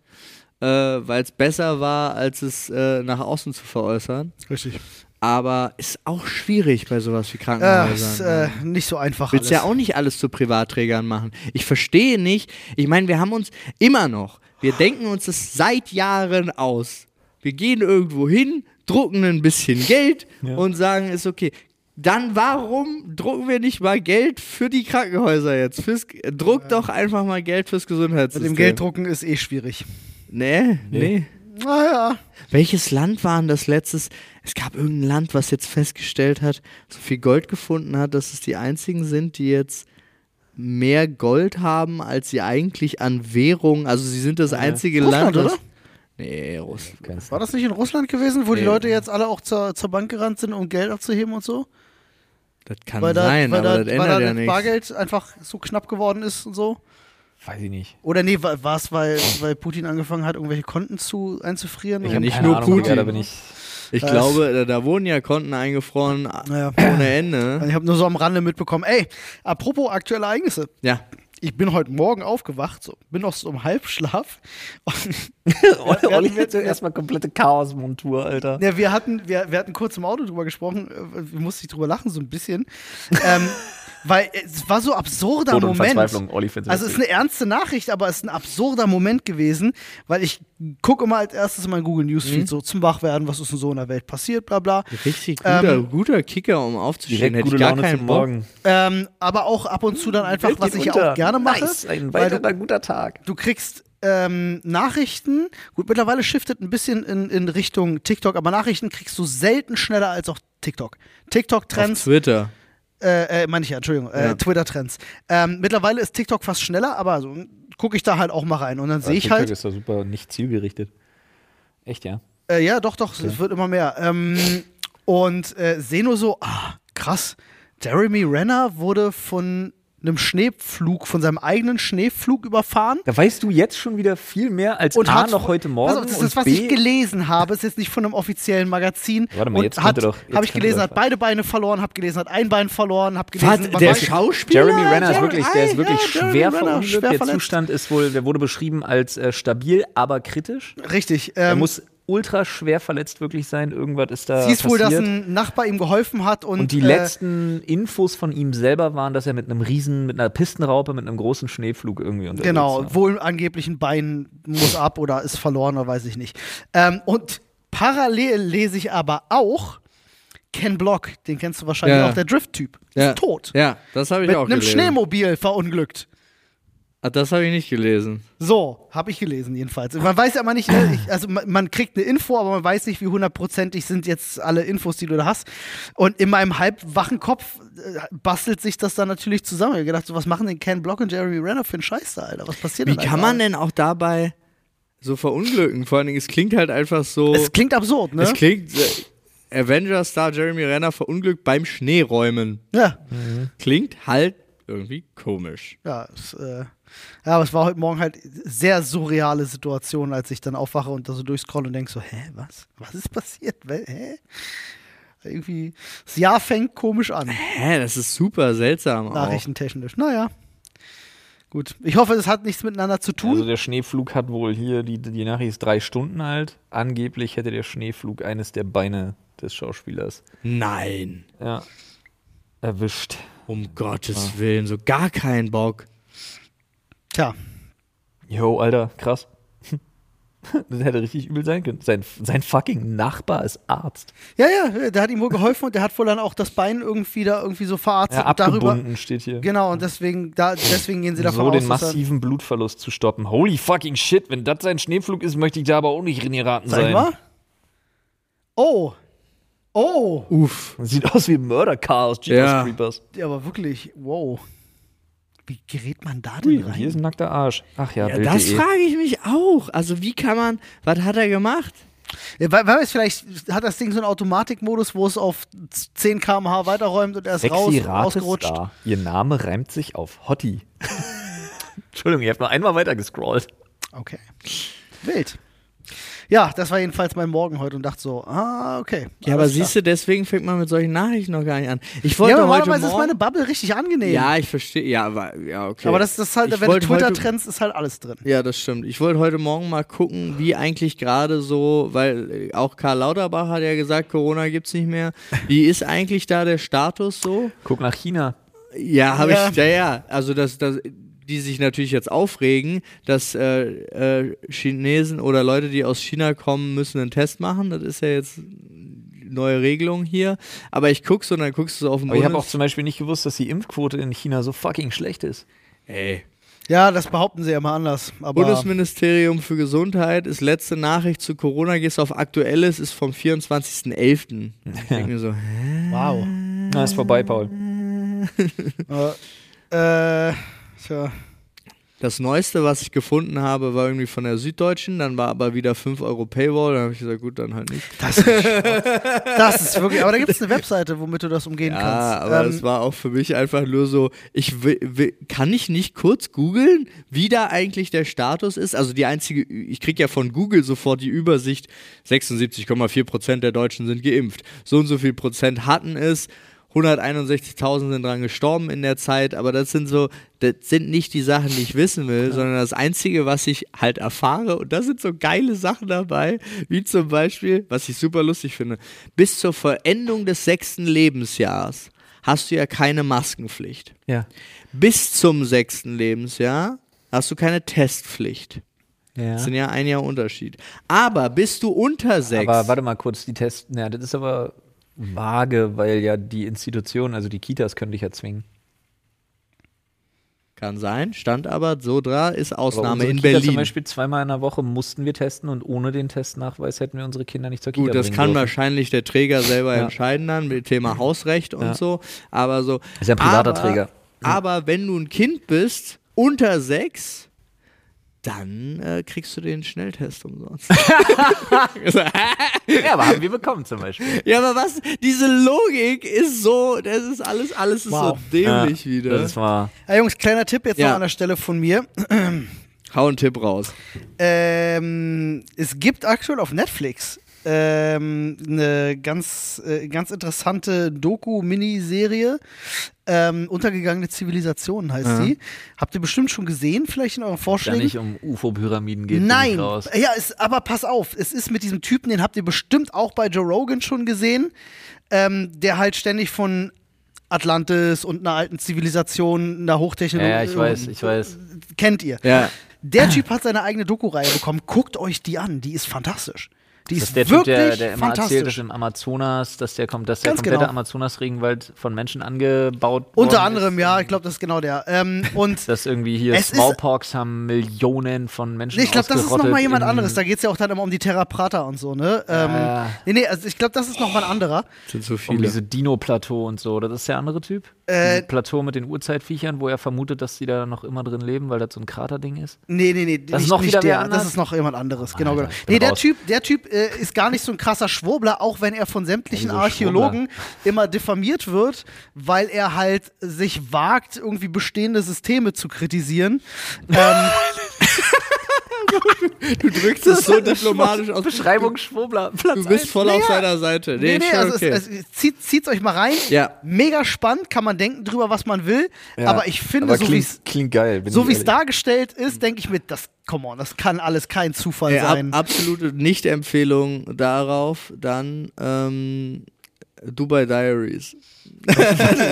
äh, weil es besser war, als es äh, nach außen zu veräußern. Richtig. Aber ist auch schwierig bei sowas wie Äh, ist Krankenhäusern. ne? äh, nicht so einfach Willst alles. ja auch nicht alles zu Privatträgern machen. Ich verstehe nicht. Ich meine, wir haben uns immer noch, wir denken uns das seit Jahren aus. Wir gehen irgendwo hin, drucken ein bisschen Geld und sagen, ist okay. Dann warum drucken wir nicht mal Geld für die Krankenhäuser jetzt? Fürs, druck doch einfach mal Geld fürs Mit Gesundheitssystem. dem Gelddrucken ist eh schwierig. Nee, nee. Naja. Welches Land waren das letztes? Es gab irgendein Land, was jetzt festgestellt hat, so viel Gold gefunden hat, dass es die einzigen sind, die jetzt mehr Gold haben, als sie eigentlich an Währung. Also sie sind das einzige Russland, Land, das- oder? Nee, Russland. War das nicht in Russland gewesen, wo die Leute jetzt alle auch zur, zur Bank gerannt sind, um Geld abzuheben und so? Das kann Weil da, sein, weil aber da, weil das da ändert ja das nichts. Bargeld einfach so knapp geworden ist und so? Weiß ich nicht. Oder nee, war es, weil, weil Putin angefangen hat, irgendwelche Konten zu einzufrieren? Ich Und- hab nicht Keine nur Ahnung, Digga, Putin. Da (laughs) bin ich. Ich glaube, da, da wurden ja Konten eingefroren a- Naja. ohne Ende. Ich habe nur so am Rande mitbekommen, ey, apropos aktuelle Ereignisse. Ja. Ich bin heute Morgen aufgewacht, so, bin noch so im Halbschlaf. Und Olli hat erstmal komplette Chaosmontur, Alter. Ja, wir hatten, wir, wir hatten kurz im Auto drüber gesprochen, äh, musste ich drüber lachen, so ein bisschen. ähm, (laughs) weil es war so absurder Tod und Moment. Verzweiflung, Olli find's also es ist eine ernste Nachricht, aber es ist ein absurder Moment gewesen, weil ich gucke immer als erstes in mein Google Mhm. Newsfeed so zum Wachwerden, was ist denn so in der Welt passiert, bla bla. Richtig Ähm, guter, guter Kicker, um aufzustehen. Hätte ich gar keinen Bock. Ähm, aber auch ab und zu dann einfach, was ich ja auch gerne mache. Nice, ein weil du- weiterer guter Tag. du kriegst ähm, Nachrichten, gut, mittlerweile shiftet ein bisschen in, in Richtung TikTok, aber Nachrichten kriegst du selten schneller als auf TikTok. Auf TikTok-Trends, Twitter. äh, äh, meine ich ja, Entschuldigung, äh, Ja. Twitter-Trends. Ähm, mittlerweile ist TikTok fast schneller, aber so gucke ich da halt auch mal rein und dann sehe ich TikTok halt, ist da super nicht zielgerichtet. Echt, ja? äh, ja, doch, doch, es wird immer mehr. Ähm, und äh, sehe nur so, ah, krass, Jeremy Renner wurde von einem Schneepflug, von seinem eigenen Schneepflug überfahren. Da weißt du jetzt schon wieder viel mehr als A hat- noch heute Morgen. Pass auf, das ist und das, was B, ich gelesen habe, ist jetzt nicht von einem offiziellen Magazin. Warte mal, und jetzt hat, könnte doch- jetzt habe ich könnte gelesen, doch- hat beide Beine verloren, habe gelesen, hat ein Bein verloren, habe gelesen, Was, man der weiß- Schauspieler? Jeremy Renner ist Jeremy- wirklich, der Ah, ist wirklich ja, Jeremy schwer Renner, verunglückt. schwer der verletzt. Zustand ist wohl, der wurde beschrieben als äh, stabil, aber kritisch. richtig. Er Ähm, muss ultra schwer verletzt wirklich sein. Irgendwas ist da siehst wohl, passiert. dass ein Nachbar ihm geholfen hat und, und die äh, letzten Infos von ihm selber waren, dass er mit einem riesen, mit einer Pistenraupe, mit einem großen Schneeflug irgendwie unterwegs Genau, war. wohl angeblich ein Bein muss ab oder ist verloren oder weiß ich nicht. Ähm, und parallel lese ich aber auch Ken Block, den kennst du wahrscheinlich Ja. auch, der Drift-Typ, Ja. ist tot. Ja, das habe ich Mit auch einem gelesen. Schneemobil verunglückt. Ah, das habe ich nicht gelesen. So, habe ich gelesen jedenfalls. Man weiß ja immer nicht, ne, ich, also man, man kriegt eine Info, aber man weiß nicht, wie hundertprozentig sind jetzt alle Infos, die du da hast. Und in meinem halbwachen Kopf äh, bastelt sich das dann natürlich zusammen. Ich habe gedacht, so, was machen denn Ken Block und Jeremy Renner für einen Scheiß da, Alter? Was passiert Wie denn da kann man gerade? denn auch dabei so verunglücken? Vor allen Dingen, es klingt halt einfach so. Es klingt absurd, ne? Es klingt. Äh, Avenger-Star Jeremy Renner verunglückt beim Schneeräumen. ja, Klingt halt irgendwie komisch. ja, es, äh, ja, aber es war heute Morgen halt sehr surreale Situation, als ich dann aufwache und da so durchscroll und denke so, hä, was? Was ist passiert? Wel- Hä? Irgendwie, das Jahr fängt komisch an. Hä, das ist super seltsam. Auch. Nachrichtentechnisch. Naja. Gut. Ich hoffe, das hat nichts miteinander zu tun. Also der Schneeflug hat wohl hier, die, die Nachricht ist drei Stunden alt. Angeblich hätte der Schneeflug eines der Beine des Schauspielers Nein. ja, erwischt. Um Gottes Willen, so gar keinen Bock. Tja. Yo, Alter, krass. (laughs) Das hätte richtig übel sein können. Sein, sein fucking Nachbar ist Arzt. Ja, ja, äh, der hat ihm wohl geholfen und der hat wohl dann auch das Bein irgendwie da irgendwie so verarztet Ja, und darüber. abgebunden steht hier. Genau, und deswegen, da, deswegen gehen sie davon so aus, den dass er- massiven Blutverlust zu stoppen. Holy fucking shit, wenn das sein Schneeflug ist, möchte ich da aber auch nicht drin geraten Sag sein. mal. Oh. Oh. Uff. Sieht aus wie ein Mörderchaos, Jesus Ja. Creepers. Ja, aber wirklich, wow. Wie gerät man da denn Hier ist rein? ein nackter Arsch. Ach ja, Ja, E Bild.de. das frage ich mich auch. Also, wie kann man. Was hat er gemacht? Ja, weil, weil es vielleicht hat das Ding so einen Automatikmodus, wo es auf 10 km/h weiterräumt und er ist raus, Sexy rausgerutscht. Ratestar. Ihr Name reimt sich (laughs) auf Hottie. Entschuldigung, ihr habt nur einmal weiter gescrollt. Okay. Wild. Ja, das war jedenfalls mein Morgen heute und dachte so, ah, okay. Ja, aber alles klar. siehst du, deswegen fängt man mit solchen Nachrichten noch gar nicht an. Ich ja, wollte aber heute normalerweise Morgen, ist meine Bubble richtig angenehm. Ja, ich verstehe. Ja, aber ja, okay. Aber das ist halt, Ich wenn du wollte heute- Twitter trends, ist halt alles drin. Ja, das stimmt. Ich wollte heute Morgen mal gucken, wie eigentlich gerade so, weil äh, auch Karl Lauterbach hat ja gesagt, Corona gibt's nicht mehr. Wie ist eigentlich da der Status so? Guck nach China. Ja, habe Ja. ich. Ja, ja. Also dass, dass die sich natürlich jetzt aufregen, dass äh, äh, Chinesen oder Leute, die aus China kommen, müssen einen Test machen. Das ist ja jetzt neue Regelung hier. Aber ich guck's und dann guckst du so auf den Aber ich habe Bundes- auch zum Beispiel nicht gewusst, dass die Impfquote in China so fucking schlecht ist. Ey. Ja, das behaupten sie ja mal anders. Aber Bundesministerium für Gesundheit ist letzte Nachricht zu Corona, gehst auf Aktuelles, ist vom 24.11. Ich denk mir so, hä? wow. Na, ist vorbei, Paul. äh, tja. Das Neueste, was ich gefunden habe, war irgendwie von der Süddeutschen, dann war aber wieder 5 Euro Paywall, dann habe ich gesagt, gut, dann halt nicht. Das ist, (laughs) das ist wirklich. Aber da gibt es eine Webseite, womit du das umgehen Ja, kannst. aber Ähm, es war auch für mich einfach nur so, ich will, will, kann ich nicht kurz googeln, wie da eigentlich der Status ist? Also die einzige, ich kriege ja von Google sofort die Übersicht, 76,4 Prozent der Deutschen sind geimpft. So und so viel Prozent hatten es. 161.000 sind dran gestorben in der Zeit, aber das sind so, das sind nicht die Sachen, die ich wissen will, sondern das Einzige, was ich halt erfahre, und da sind so geile Sachen dabei, wie zum Beispiel, was ich super lustig finde, bis zur Vollendung des sechsten Lebensjahres hast du ja keine Maskenpflicht. Ja. Bis zum sechsten Lebensjahr hast du keine Testpflicht. Das ja. sind ja ein Jahr Unterschied. Aber bist du unter sechs. Aber warte mal kurz, die Tests, na, das ist aber vage, weil ja die Institutionen, also die Kitas, können dich ja zwingen. Kann sein, stand aber, so dran ist Aber Ausnahme unsere in Kita Berlin. Zum Beispiel zweimal in der Woche mussten wir testen und ohne den Testnachweis hätten wir unsere Kinder nicht zur Kita Gut, das bringen kann dürfen. wahrscheinlich der Träger selber entscheiden dann mit Thema Hausrecht und so. Aber so. Ist ja ein privater Träger. Aber wenn du ein Kind bist unter sechs, dann äh, kriegst du den Schnelltest umsonst. Ja, aber haben wir bekommen zum Beispiel. ja, aber was? Diese Logik ist so, das ist alles, alles ist Wow. (laughs) so dämlich wieder. Das war Ey, Jungs, kleiner Tipp jetzt Ja. noch an der Stelle von mir. Hau einen Tipp raus. Ähm, es gibt aktuell auf Netflix ähm, eine ganz, äh, ganz interessante Doku-Miniserie. Ähm, untergegangene Zivilisation heißt sie. Habt ihr bestimmt schon gesehen, vielleicht in euren Mhm. da Vorschlägen? nicht Äh, um UFO-Pyramiden geht. bin Nein, ich Raus. ja, es, aber pass auf, es ist mit diesem Typen, den habt ihr bestimmt auch bei Joe Rogan schon gesehen, ähm, der halt ständig von Atlantis und einer alten Zivilisation, einer Ja, Hochtechnologie, ja, ich weiß, ich weiß. kennt ihr. Ja. Der Typ hat seine eigene Doku-Reihe bekommen. Guckt euch die an, die ist fantastisch. Die ist, Das ist der Typ, wirklich der, der immer erzählt, dass fantastisch. im Amazonas, dass der kommt, dass der Ganz komplette genau. Amazonas-Regenwald von Menschen angebaut Unter worden anderem, ist. ja, ich glaube, das ist genau der. (laughs) Ähm, und Dass irgendwie hier Es ist- Smallpox haben Millionen von Menschen ich glaube, das ist nochmal jemand in- anderes. Da geht es ja auch dann immer um die Terra Prata und so, ne? Ähm, Ja. Nee, nee, also ich glaube, das ist nochmal ein anderer. Sind so viele. Um diese Dino-Plateau und so, oder? Das ist der andere Typ? Dieses Plateau mit den Urzeitviechern, wo er vermutet, dass die da noch immer drin leben, weil das so ein Kraterding ist. Nee, nee, nee, ist nicht, noch nicht wieder wer der. anders? Das ist noch jemand anderes, genau, Alter, genau. ich bin Nee, der raus. Typ, der Typ äh, ist gar nicht so ein krasser Schwurbler, auch wenn er von sämtlichen Wieso Archäologen immer diffamiert wird, weil er halt sich wagt, irgendwie bestehende Systeme zu (laughs) kritisieren. Ähm, Du drückst es (laughs) so diplomatisch aus. Beschreibung Schwurbler, Platz Du bist voll auf Ja. seiner Seite. Nee, Nee, nee, schon also okay. es, es, zieht, zieht's euch mal rein. Ja. Mega spannend, kann man denken drüber, was man will. Aber ich finde, so wie es klingt geil. so wie's dargestellt ist, denke ich mir, das, come on, das kann alles kein Zufall Ey, ab, sein. absolute Nicht-Empfehlung darauf, dann ähm, Dubai Diaries.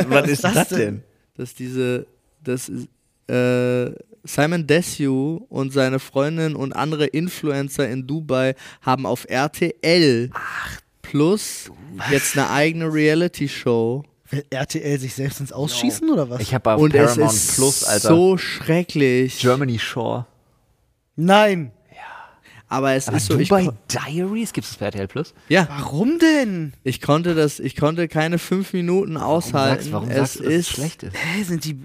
Was ist das das denn? denn? Das ist diese, das ist, äh, Simon Desue und seine Freundin und andere Influencer in Dubai haben auf RTL plus jetzt eine eigene Reality-Show. Will RTL sich selbst ins Ausschießen oder was? Ich habe auf Und Paramount es ist Plus, Alter. so schrecklich. Germany Shore. Nein. Aber es ist so, ich, Dubai Diaries gibt es bei RTL Plus? ja, Warum denn? ich konnte das, ich konnte keine fünf Minuten aushalten. warum es sagst du, dass es ist schlecht ist? Hä, sind die.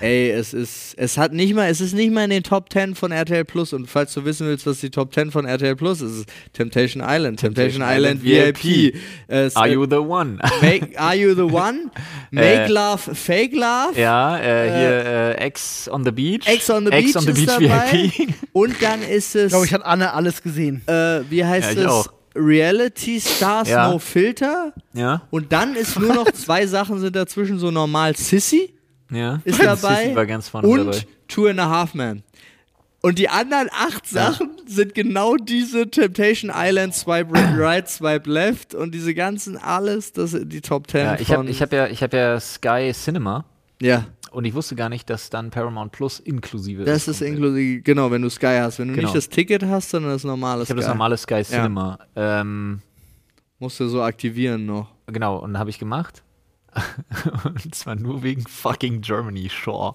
Ey, es ist, es hat nicht mal, es ist nicht mal in den Top 10 von RTL Plus. Und falls du wissen willst, was die Top 10 von RTL Plus ist, ist Temptation Island, Temptation, Island, VIP. Es, Are you the one? äh, make, are you the one? Make love, fake love. (laughs) ja, äh, hier äh, Ex on the Beach. Ex on the Beach Ex on the ist Beach dabei. VIP. Und dann ist es. Ich glaube, ich hat Anne alle alles gesehen. äh, wie Ja, heißt ich es? auch. Reality Stars Ja. No Filter. Ja. Und dann ist (laughs) nur noch zwei Sachen sind dazwischen, so normal Sissy Ja. ist dabei Sissi war ganz vorne und dabei. Two and a Half Man. Und die anderen acht Sachen sind genau diese Temptation Island, (coughs) Swipe Right, Swipe Left und diese ganzen alles, das sind die Top Ten Ja, ich von... habe ich hab ja, ich hab ja Sky Cinema ja, und ich wusste gar nicht, dass dann Paramount Plus inklusive das ist inklusive, genau, wenn du Sky hast. Wenn du Genau. nicht das Ticket hast, sondern das normale Ich habe Sky, das normale Sky Cinema. Ähm, musst du so aktivieren noch. genau, und habe ich gemacht. (laughs) und zwar nur wegen fucking Germany Shore.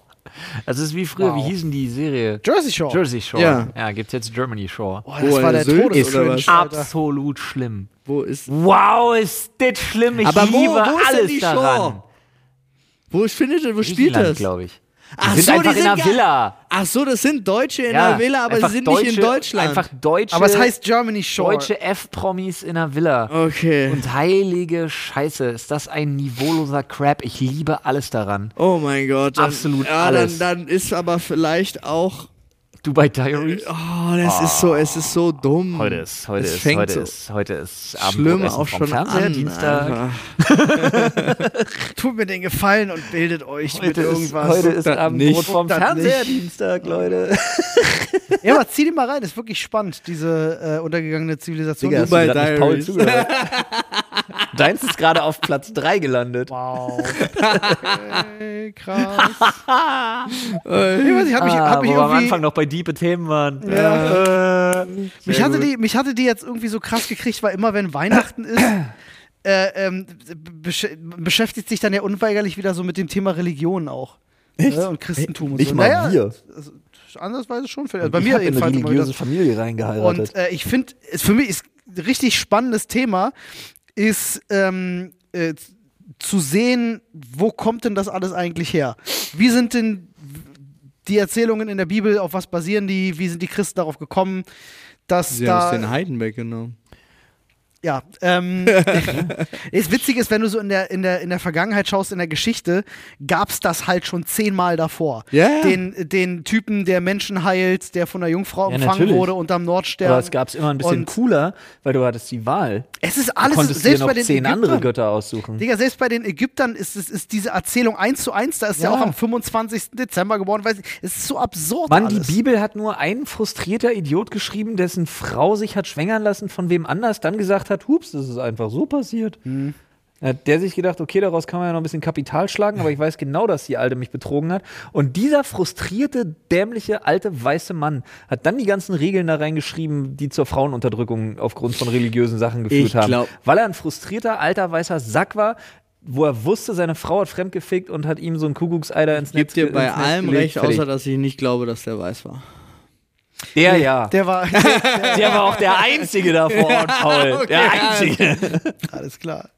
Das ist wie früher, wie hießen die Serie? Jersey Shore. Jersey Shore. Ja. Ja, gibt's jetzt Germany Shore. Boah, das Oh, war der Sylt oder Todescringe, was? Alter. Absolut schlimm. Wo ist... Wow, ist das schlimm. Ich Aber wo, liebe wo ist denn alles die daran. Show? Wo findet das, wo spielt das? glaube ich. Ach sind so, einfach die in sind einer gar- Villa. Ach so, das sind Deutsche in Ja, der Villa, aber sie einfach sind nicht Deutsche- in Deutschland. Einfach deutsche, Aber es heißt Germany Shore. deutsche F-Promis in einer Villa. Oh. okay. Und heilige Scheiße, ist das ein niveauloser Crap. Ich liebe alles daran. Oh mein Gott. Dann, Absolut ja, alles. Dann, dann ist aber vielleicht auch. Dubai Diaries. Oh, das ist so, es ist so dumm. Heute ist, heute es ist, fängt heute so ist, heute ist schlimm Abendbrotessen auch vom schon Fernseher, an. Dienstag. einfach. Tut mir den Gefallen und bildet euch mit Heute ist, irgendwas. heute ist das Abendbrot nicht. vom Guckt das Fernseher, nicht. Dienstag, Leute. ja, aber zieh die mal rein, ist wirklich spannend, diese äh, untergegangene Zivilisation. Digga, Die- hast du Dubai grad nicht Paul Diaries. zugehört. Deins ist gerade auf Platz 3 gelandet. wow. okay, krass. Ich Äh, weiß nicht, hab mich, Ah, hab mich Ah, wo wir am irgendwie. Anfang noch bei diepe Themen waren. Ja. mich, Sehr hatte gut. die, mich hatte die jetzt irgendwie so krass gekriegt, weil immer wenn Weihnachten ist, äh, ähm, besch beschäftigt sich dann ja unweigerlich wieder so mit dem Thema Religion auch. Ne? Und Christentum und Nicht so. mal naja, wir. Also, andersweise schon. Also bei mir jedenfalls. immer wieder. Familie Und äh, ich finde, für mich ist ein richtig spannendes Thema, ist ähm, äh, zu sehen, wo kommt denn das alles eigentlich her? Wie sind denn die Erzählungen in der Bibel, auf was basieren die? Wie sind die Christen darauf gekommen? Dass Sie haben es den da, Heiden weggenommen. ja, ähm, (laughs) das Witzige ist, wenn du so in der, in, der, in der Vergangenheit schaust, in der Geschichte, gab es das halt schon zehnmal davor. Ja, ja. Den, den Typen, der Menschen heilt, der von einer Jungfrau empfangen natürlich. wurde unterm Nordstern. Aber es gab es immer ein bisschen Und- cooler, weil du hattest die Wahl. Es ist Du alles, konntest selbst dir noch bei den zehn Ägyptern, andere Götter aussuchen. Digga, selbst bei den Ägyptern ist, ist, ist diese Erzählung eins zu eins, da ist ja. Ja. auch am 25. Dezember geboren, weil es ist so absurd Mann, alles. die Bibel hat nur ein frustrierter Idiot geschrieben, dessen Frau sich hat schwängern lassen von wem anders, dann gesagt hat, hups, das ist einfach so passiert. Mhm. Dann Hat der sich gedacht, okay, daraus kann man ja noch ein bisschen Kapital schlagen, aber ich weiß genau, dass die Alte mich betrogen hat. Und dieser frustrierte, dämliche, alte, weiße Mann hat dann die ganzen Regeln da reingeschrieben, die zur Frauenunterdrückung aufgrund von religiösen Sachen geführt Ich haben. glaub- Weil er ein frustrierter, alter, weißer Sack war, wo er wusste, seine Frau hat fremdgefickt und hat ihm so einen Kuckuckseider ins Gibt Netz dir ge- bei ins Nest allem gelegt. recht, Fertig. außer dass ich nicht glaube, dass der weiß war. Der ja. Der (laughs) war, (laughs) Der war auch der Einzige da vor Ort, Äh, (laughs) Paul. Der Einzige. alles klar.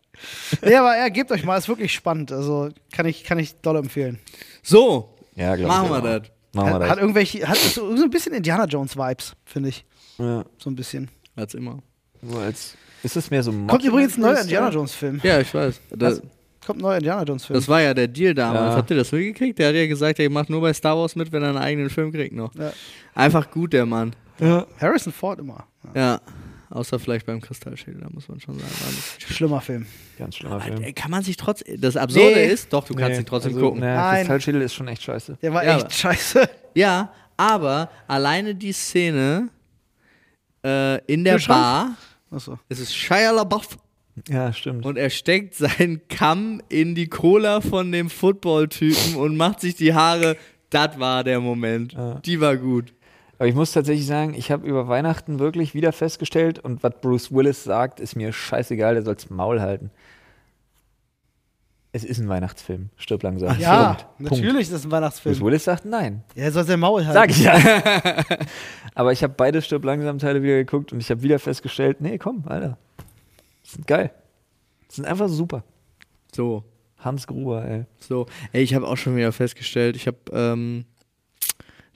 Nee, aber ja, gebt euch mal, ist wirklich spannend. Also kann ich, kann ich doll empfehlen. also. So, Ja, glaub ich machen wir auch. das. Machen Hat, hat irgendwelche, hat so, so ein bisschen Indiana Jones Vibes, finde ich. Ja. So ein bisschen. Als immer. Nur als ist es mehr so ein Kommt übrigens ein neuer Mockumentary-Style? Indiana Jones Film. Ja, ich weiß. Das, Kommt ein neuer Indiana Jones Film. das war ja der Deal damals. Ja. Habt ihr das mitgekriegt? Der hat ja gesagt, er macht nur bei Star Wars mit, wenn er einen eigenen Film kriegt noch. Ja. Einfach gut, der Mann. Harrison Ford immer. Ja. Ja. Außer vielleicht beim Kristallschild, da muss man schon sagen. war nicht- Schlimmer Film. Ganz schlimmer Aber, Film. ey, Äh, Kann man sich trotzdem. Das Absurde Nee. ist, doch, du kannst ihn trotzdem also, gucken. Naja, Nein. Kristallschädel ist schon echt scheiße. Der war Ja, echt aber- scheiße. Ja, aber alleine die Szene äh, in der Kühlschrank? Bar, Achso. es ist Shia LaBeouf Ja, stimmt. und er steckt seinen Kamm in die Cola von dem Football-Typen und macht sich die Haare. Das war der Moment. Die war gut. Aber ich muss tatsächlich sagen, ich habe über Weihnachten wirklich wieder festgestellt und was Bruce Willis sagt, ist mir scheißegal, der soll's Maul halten. Es ist ein Weihnachtsfilm. Stirb langsam. Ja, Punkt. Punkt. natürlich, das ist ein Bruce Weihnachtsfilm. Willis sagt nein. Ja, soll sein Maul halten. Sag ich ja. Halt. (laughs) Aber ich habe beide Stirb langsam Teile wieder geguckt und ich habe wieder festgestellt, nee, komm, Alter. Sind geil. Sind einfach super. So, Hans Gruber, ey. so. Ey, ich habe auch schon wieder festgestellt, ich habe ähm,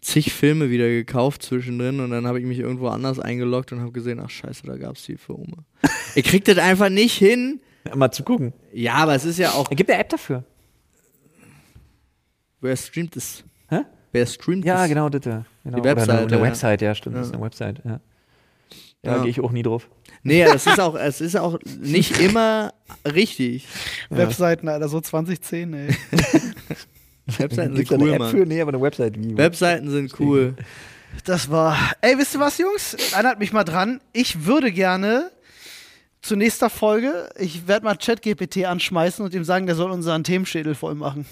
zig Filme wieder gekauft zwischendrin und dann habe ich mich irgendwo anders eingeloggt und habe gesehen, ach scheiße, da gab es (laughs) die Filme. ich krieg das einfach nicht hin. Mal zu gucken. Ja, aber es ist ja auch Er gibt eine App dafür. Wer streamt es? Hä? Wer streamt Ja, es? genau, bitte. Genau. Die Website, Oder eine, eine ja. Website, ja, stimmt. Das ist eine Website, ja. Da Ja. gehe ich auch nie drauf. Nee, das ist auch, es ist auch (laughs) nicht immer richtig. Webseiten, Alter, so 2010, ey. Webseiten sind cool, Mann. Nee, aber eine Website wie. Webseiten sind cool. (laughs) Das war. Ey, wisst ihr was, Jungs? Einer hat mich mal dran. Ich würde gerne zur nächsten Folge, ich werde mal ChatGPT anschmeißen und ihm sagen, der soll unseren Themenschädel voll machen.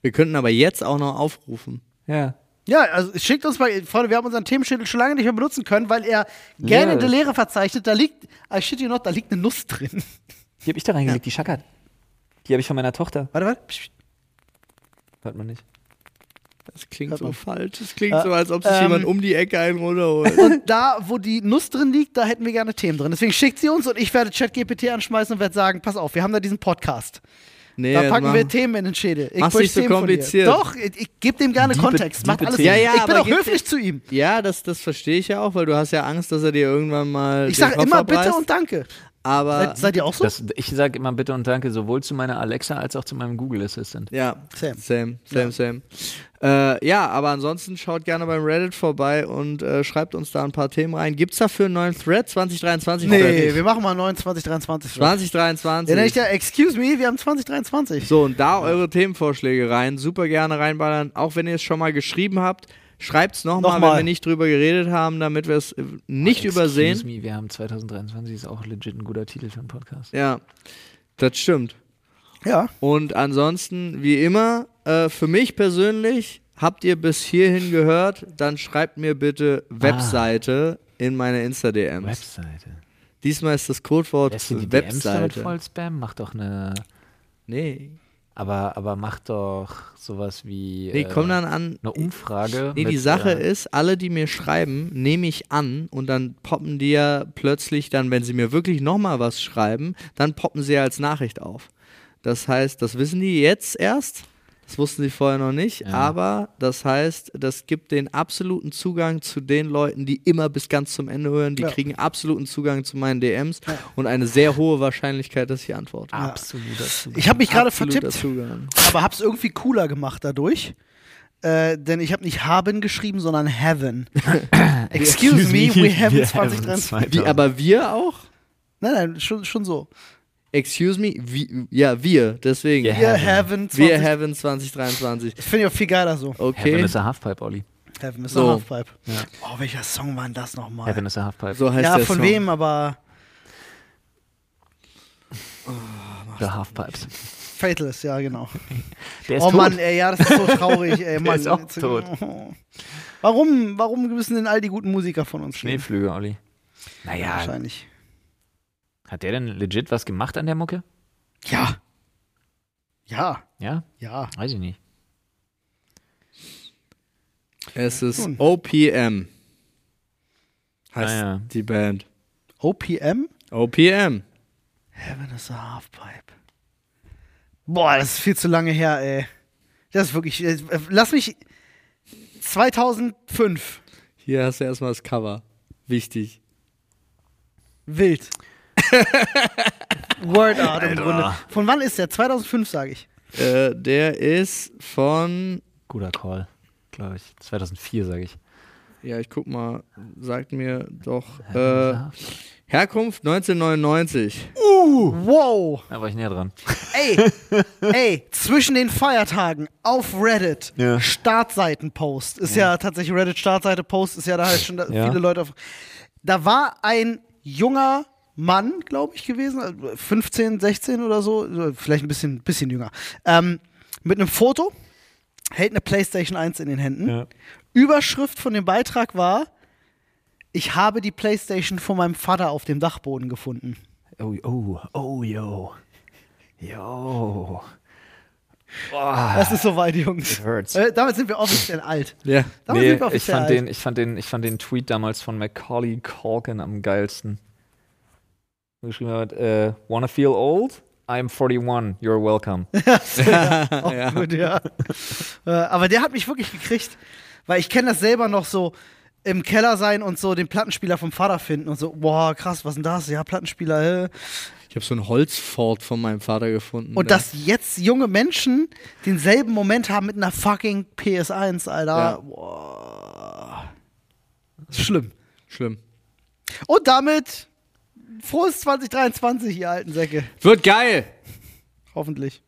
Wir könnten aber jetzt auch noch aufrufen. ja. Ja, also schickt uns mal, Freunde, wir haben unseren Themenschädel schon lange nicht mehr benutzen können, weil er gerne Leer in der ist. Leere verzeichnet. Da liegt, I shit you not, da liegt eine Nuss drin. Die habe ich da reingelegt, die schackert. Die habe ich von meiner Tochter. (laughs) Warte, warte. Psch, psch. Hört man nicht. Das klingt Hört so man. falsch. Das klingt Äh, so, als ob sich ähm, jemand um die Ecke einen runterholt. Und da, wo die Nuss drin liegt, da hätten wir gerne Themen drin. Deswegen schickt sie uns und ich werde ChatGPT anschmeißen und werde sagen, pass auf, wir haben da diesen Podcast. Nee, Da das packen machen- wir Themen in den Schädel. Ich Mach's möchte nicht so Themen von dir. kompliziert. Doch, ich, ich gebe dem gerne Kontext. Macht diebe alles. Themen. Ja, ja, ich bin aber auch gibt's- höflich zu ihm. Ja, das, das verstehe ich ja auch, weil du hast ja Angst, dass er dir irgendwann mal. Ich den sage Kopf immer abreißt. bitte und danke. Äh, Aber. Seid, seid ihr auch so? Das, ich sage immer bitte und danke sowohl zu meiner Alexa als auch zu meinem Google Assistant. ja, Sam. Sam, Sam, Sam. Äh, ja, aber ansonsten schaut gerne beim Reddit vorbei und äh, schreibt uns da ein paar Themen rein. Gibt's dafür einen neuen Thread 2023? nee, Thread? wir machen mal 29, 23. 2023. Dann nenne ich ja, excuse me, wir haben 2023. So, und da eure Themenvorschläge rein, super gerne reinballern. Auch wenn ihr es schon mal geschrieben habt, schreibt es nochmal, Nochmal. wenn wir nicht drüber geredet haben, damit wir es äh, nicht Excuse übersehen. Me, wir haben 2023 ist auch legit ein guter Titel für einen Podcast. Ja, das stimmt. Ja. Und ansonsten, wie immer, äh, für mich persönlich, habt ihr bis hierhin gehört, dann schreibt mir bitte Ah. Webseite in meine Insta-DMs. Webseite. Diesmal ist das Codewort Lässt ihr die DMs damit Webseite. voll Spam? Mach doch eine. nee, Aber, aber mach doch sowas wie. nee äh, komm dann an. Eine Umfrage. Nee, die mit, Sache äh, ist, alle, die mir schreiben, nehme ich an und dann poppen die ja plötzlich dann, wenn sie mir wirklich nochmal was schreiben, dann poppen sie ja als Nachricht auf. Das heißt, das wissen die jetzt erst. Das wussten sie vorher noch nicht, aber das heißt, das gibt den absoluten Zugang zu den Leuten, die immer bis ganz zum Ende hören. Die kriegen absoluten Zugang zu meinen DMs und eine sehr hohe Wahrscheinlichkeit, dass ich antworte. Absoluter Zugang. Ich habe mich gerade Absoluter vertippt, Zugang. aber hab's irgendwie cooler gemacht dadurch. Äh, denn ich habe nicht haben geschrieben, sondern (coughs) heaven. excuse me, we haven't 2023. Wie, aber wir auch? Nein, nein, schon, schon so. Excuse me? Wie, ja, wir, deswegen. Yeah. Wir Heaven. heaven 20. Wir Heaven 2023. das finde ich auch viel geiler so. Heaven Okay. is a Halfpipe, Olli. Heaven ist So. so. Halfpipe. Oh, welcher Song war denn das nochmal? Heaven is a Halfpipe. So heißt Ja, der von Song. wem, aber The Halfpipes. Fatalist, ja, genau. (laughs) Der ist Oh tot. Mann, ey, ja, das ist so (laughs) traurig, ey, Mann. ist auch Jetzt- tot. (laughs) Warum, warum müssen denn all die guten Musiker von uns leben? Schneeflüge, Olli. Naja, Wahrscheinlich. hat der denn legit was gemacht an der Mucke? Ja. Ja, Ja? ja. Weiß ich nicht. Es ist Nun. OPM. Heißt Ah, ja. die Band. OPM? OPM. Heaven is a Halfpipe. Boah, das ist viel zu lange her, ey. Das ist wirklich. äh, Lass mich. 2005. Hier hast du erstmal das Cover. Wichtig. Wild. (laughs) Word Art im Grunde. Von wann ist der? 2005, sage ich. Äh, der ist von. Guter Call, glaube ich. 2004, sage ich. Ja, ich guck mal. Sagt mir doch. Heaven Äh, is a Halfpipe. Herkunft 1999. Wow. Da war ich näher dran. (laughs) Ey, ey, zwischen den Feiertagen auf Reddit, Startseiten-Post, ist ja, tatsächlich Reddit-Startseite-Post, ist ja da halt schon da, (laughs) Ja. viele Leute auf. Da war ein junger Mann, glaube ich, gewesen, also 15, 16 oder so, äh, vielleicht ein bisschen, bisschen jünger, ähm, mit einem Foto, hält eine PlayStation 1 in den Händen. Ja. Überschrift von dem Beitrag war, ich habe die PlayStation von meinem Vater auf dem Dachboden gefunden. Oh, oh, oh, yo. Yo. Boah. Das ist soweit, Jungs. Ah, It hurts. Äh, damit sind wir offiziell alt. Ja. Damit Nee, sind wir ich, offiziell fand alt. den, ich, fand den, ich fand den Tweet damals von Macaulay Culkin am geilsten. Wo Geschrieben hat, äh, wanna feel old? I'm 41, you're welcome. Auch gut, (laughs) ja. Äh, Aber der hat mich wirklich gekriegt, weil ich kenne das selber noch so im Keller sein und so den Plattenspieler vom Vater finden und so, boah, krass, was denn das? Ja, Plattenspieler. Äh. Ich habe so ein Holzfort von meinem Vater gefunden. Und dass jetzt junge Menschen denselben Moment haben mit einer fucking PS1, Alter. Ja. Boah. Schlimm. Schlimm. Und damit frohes 2023, ihr alten Säcke. Wird geil! Hoffentlich.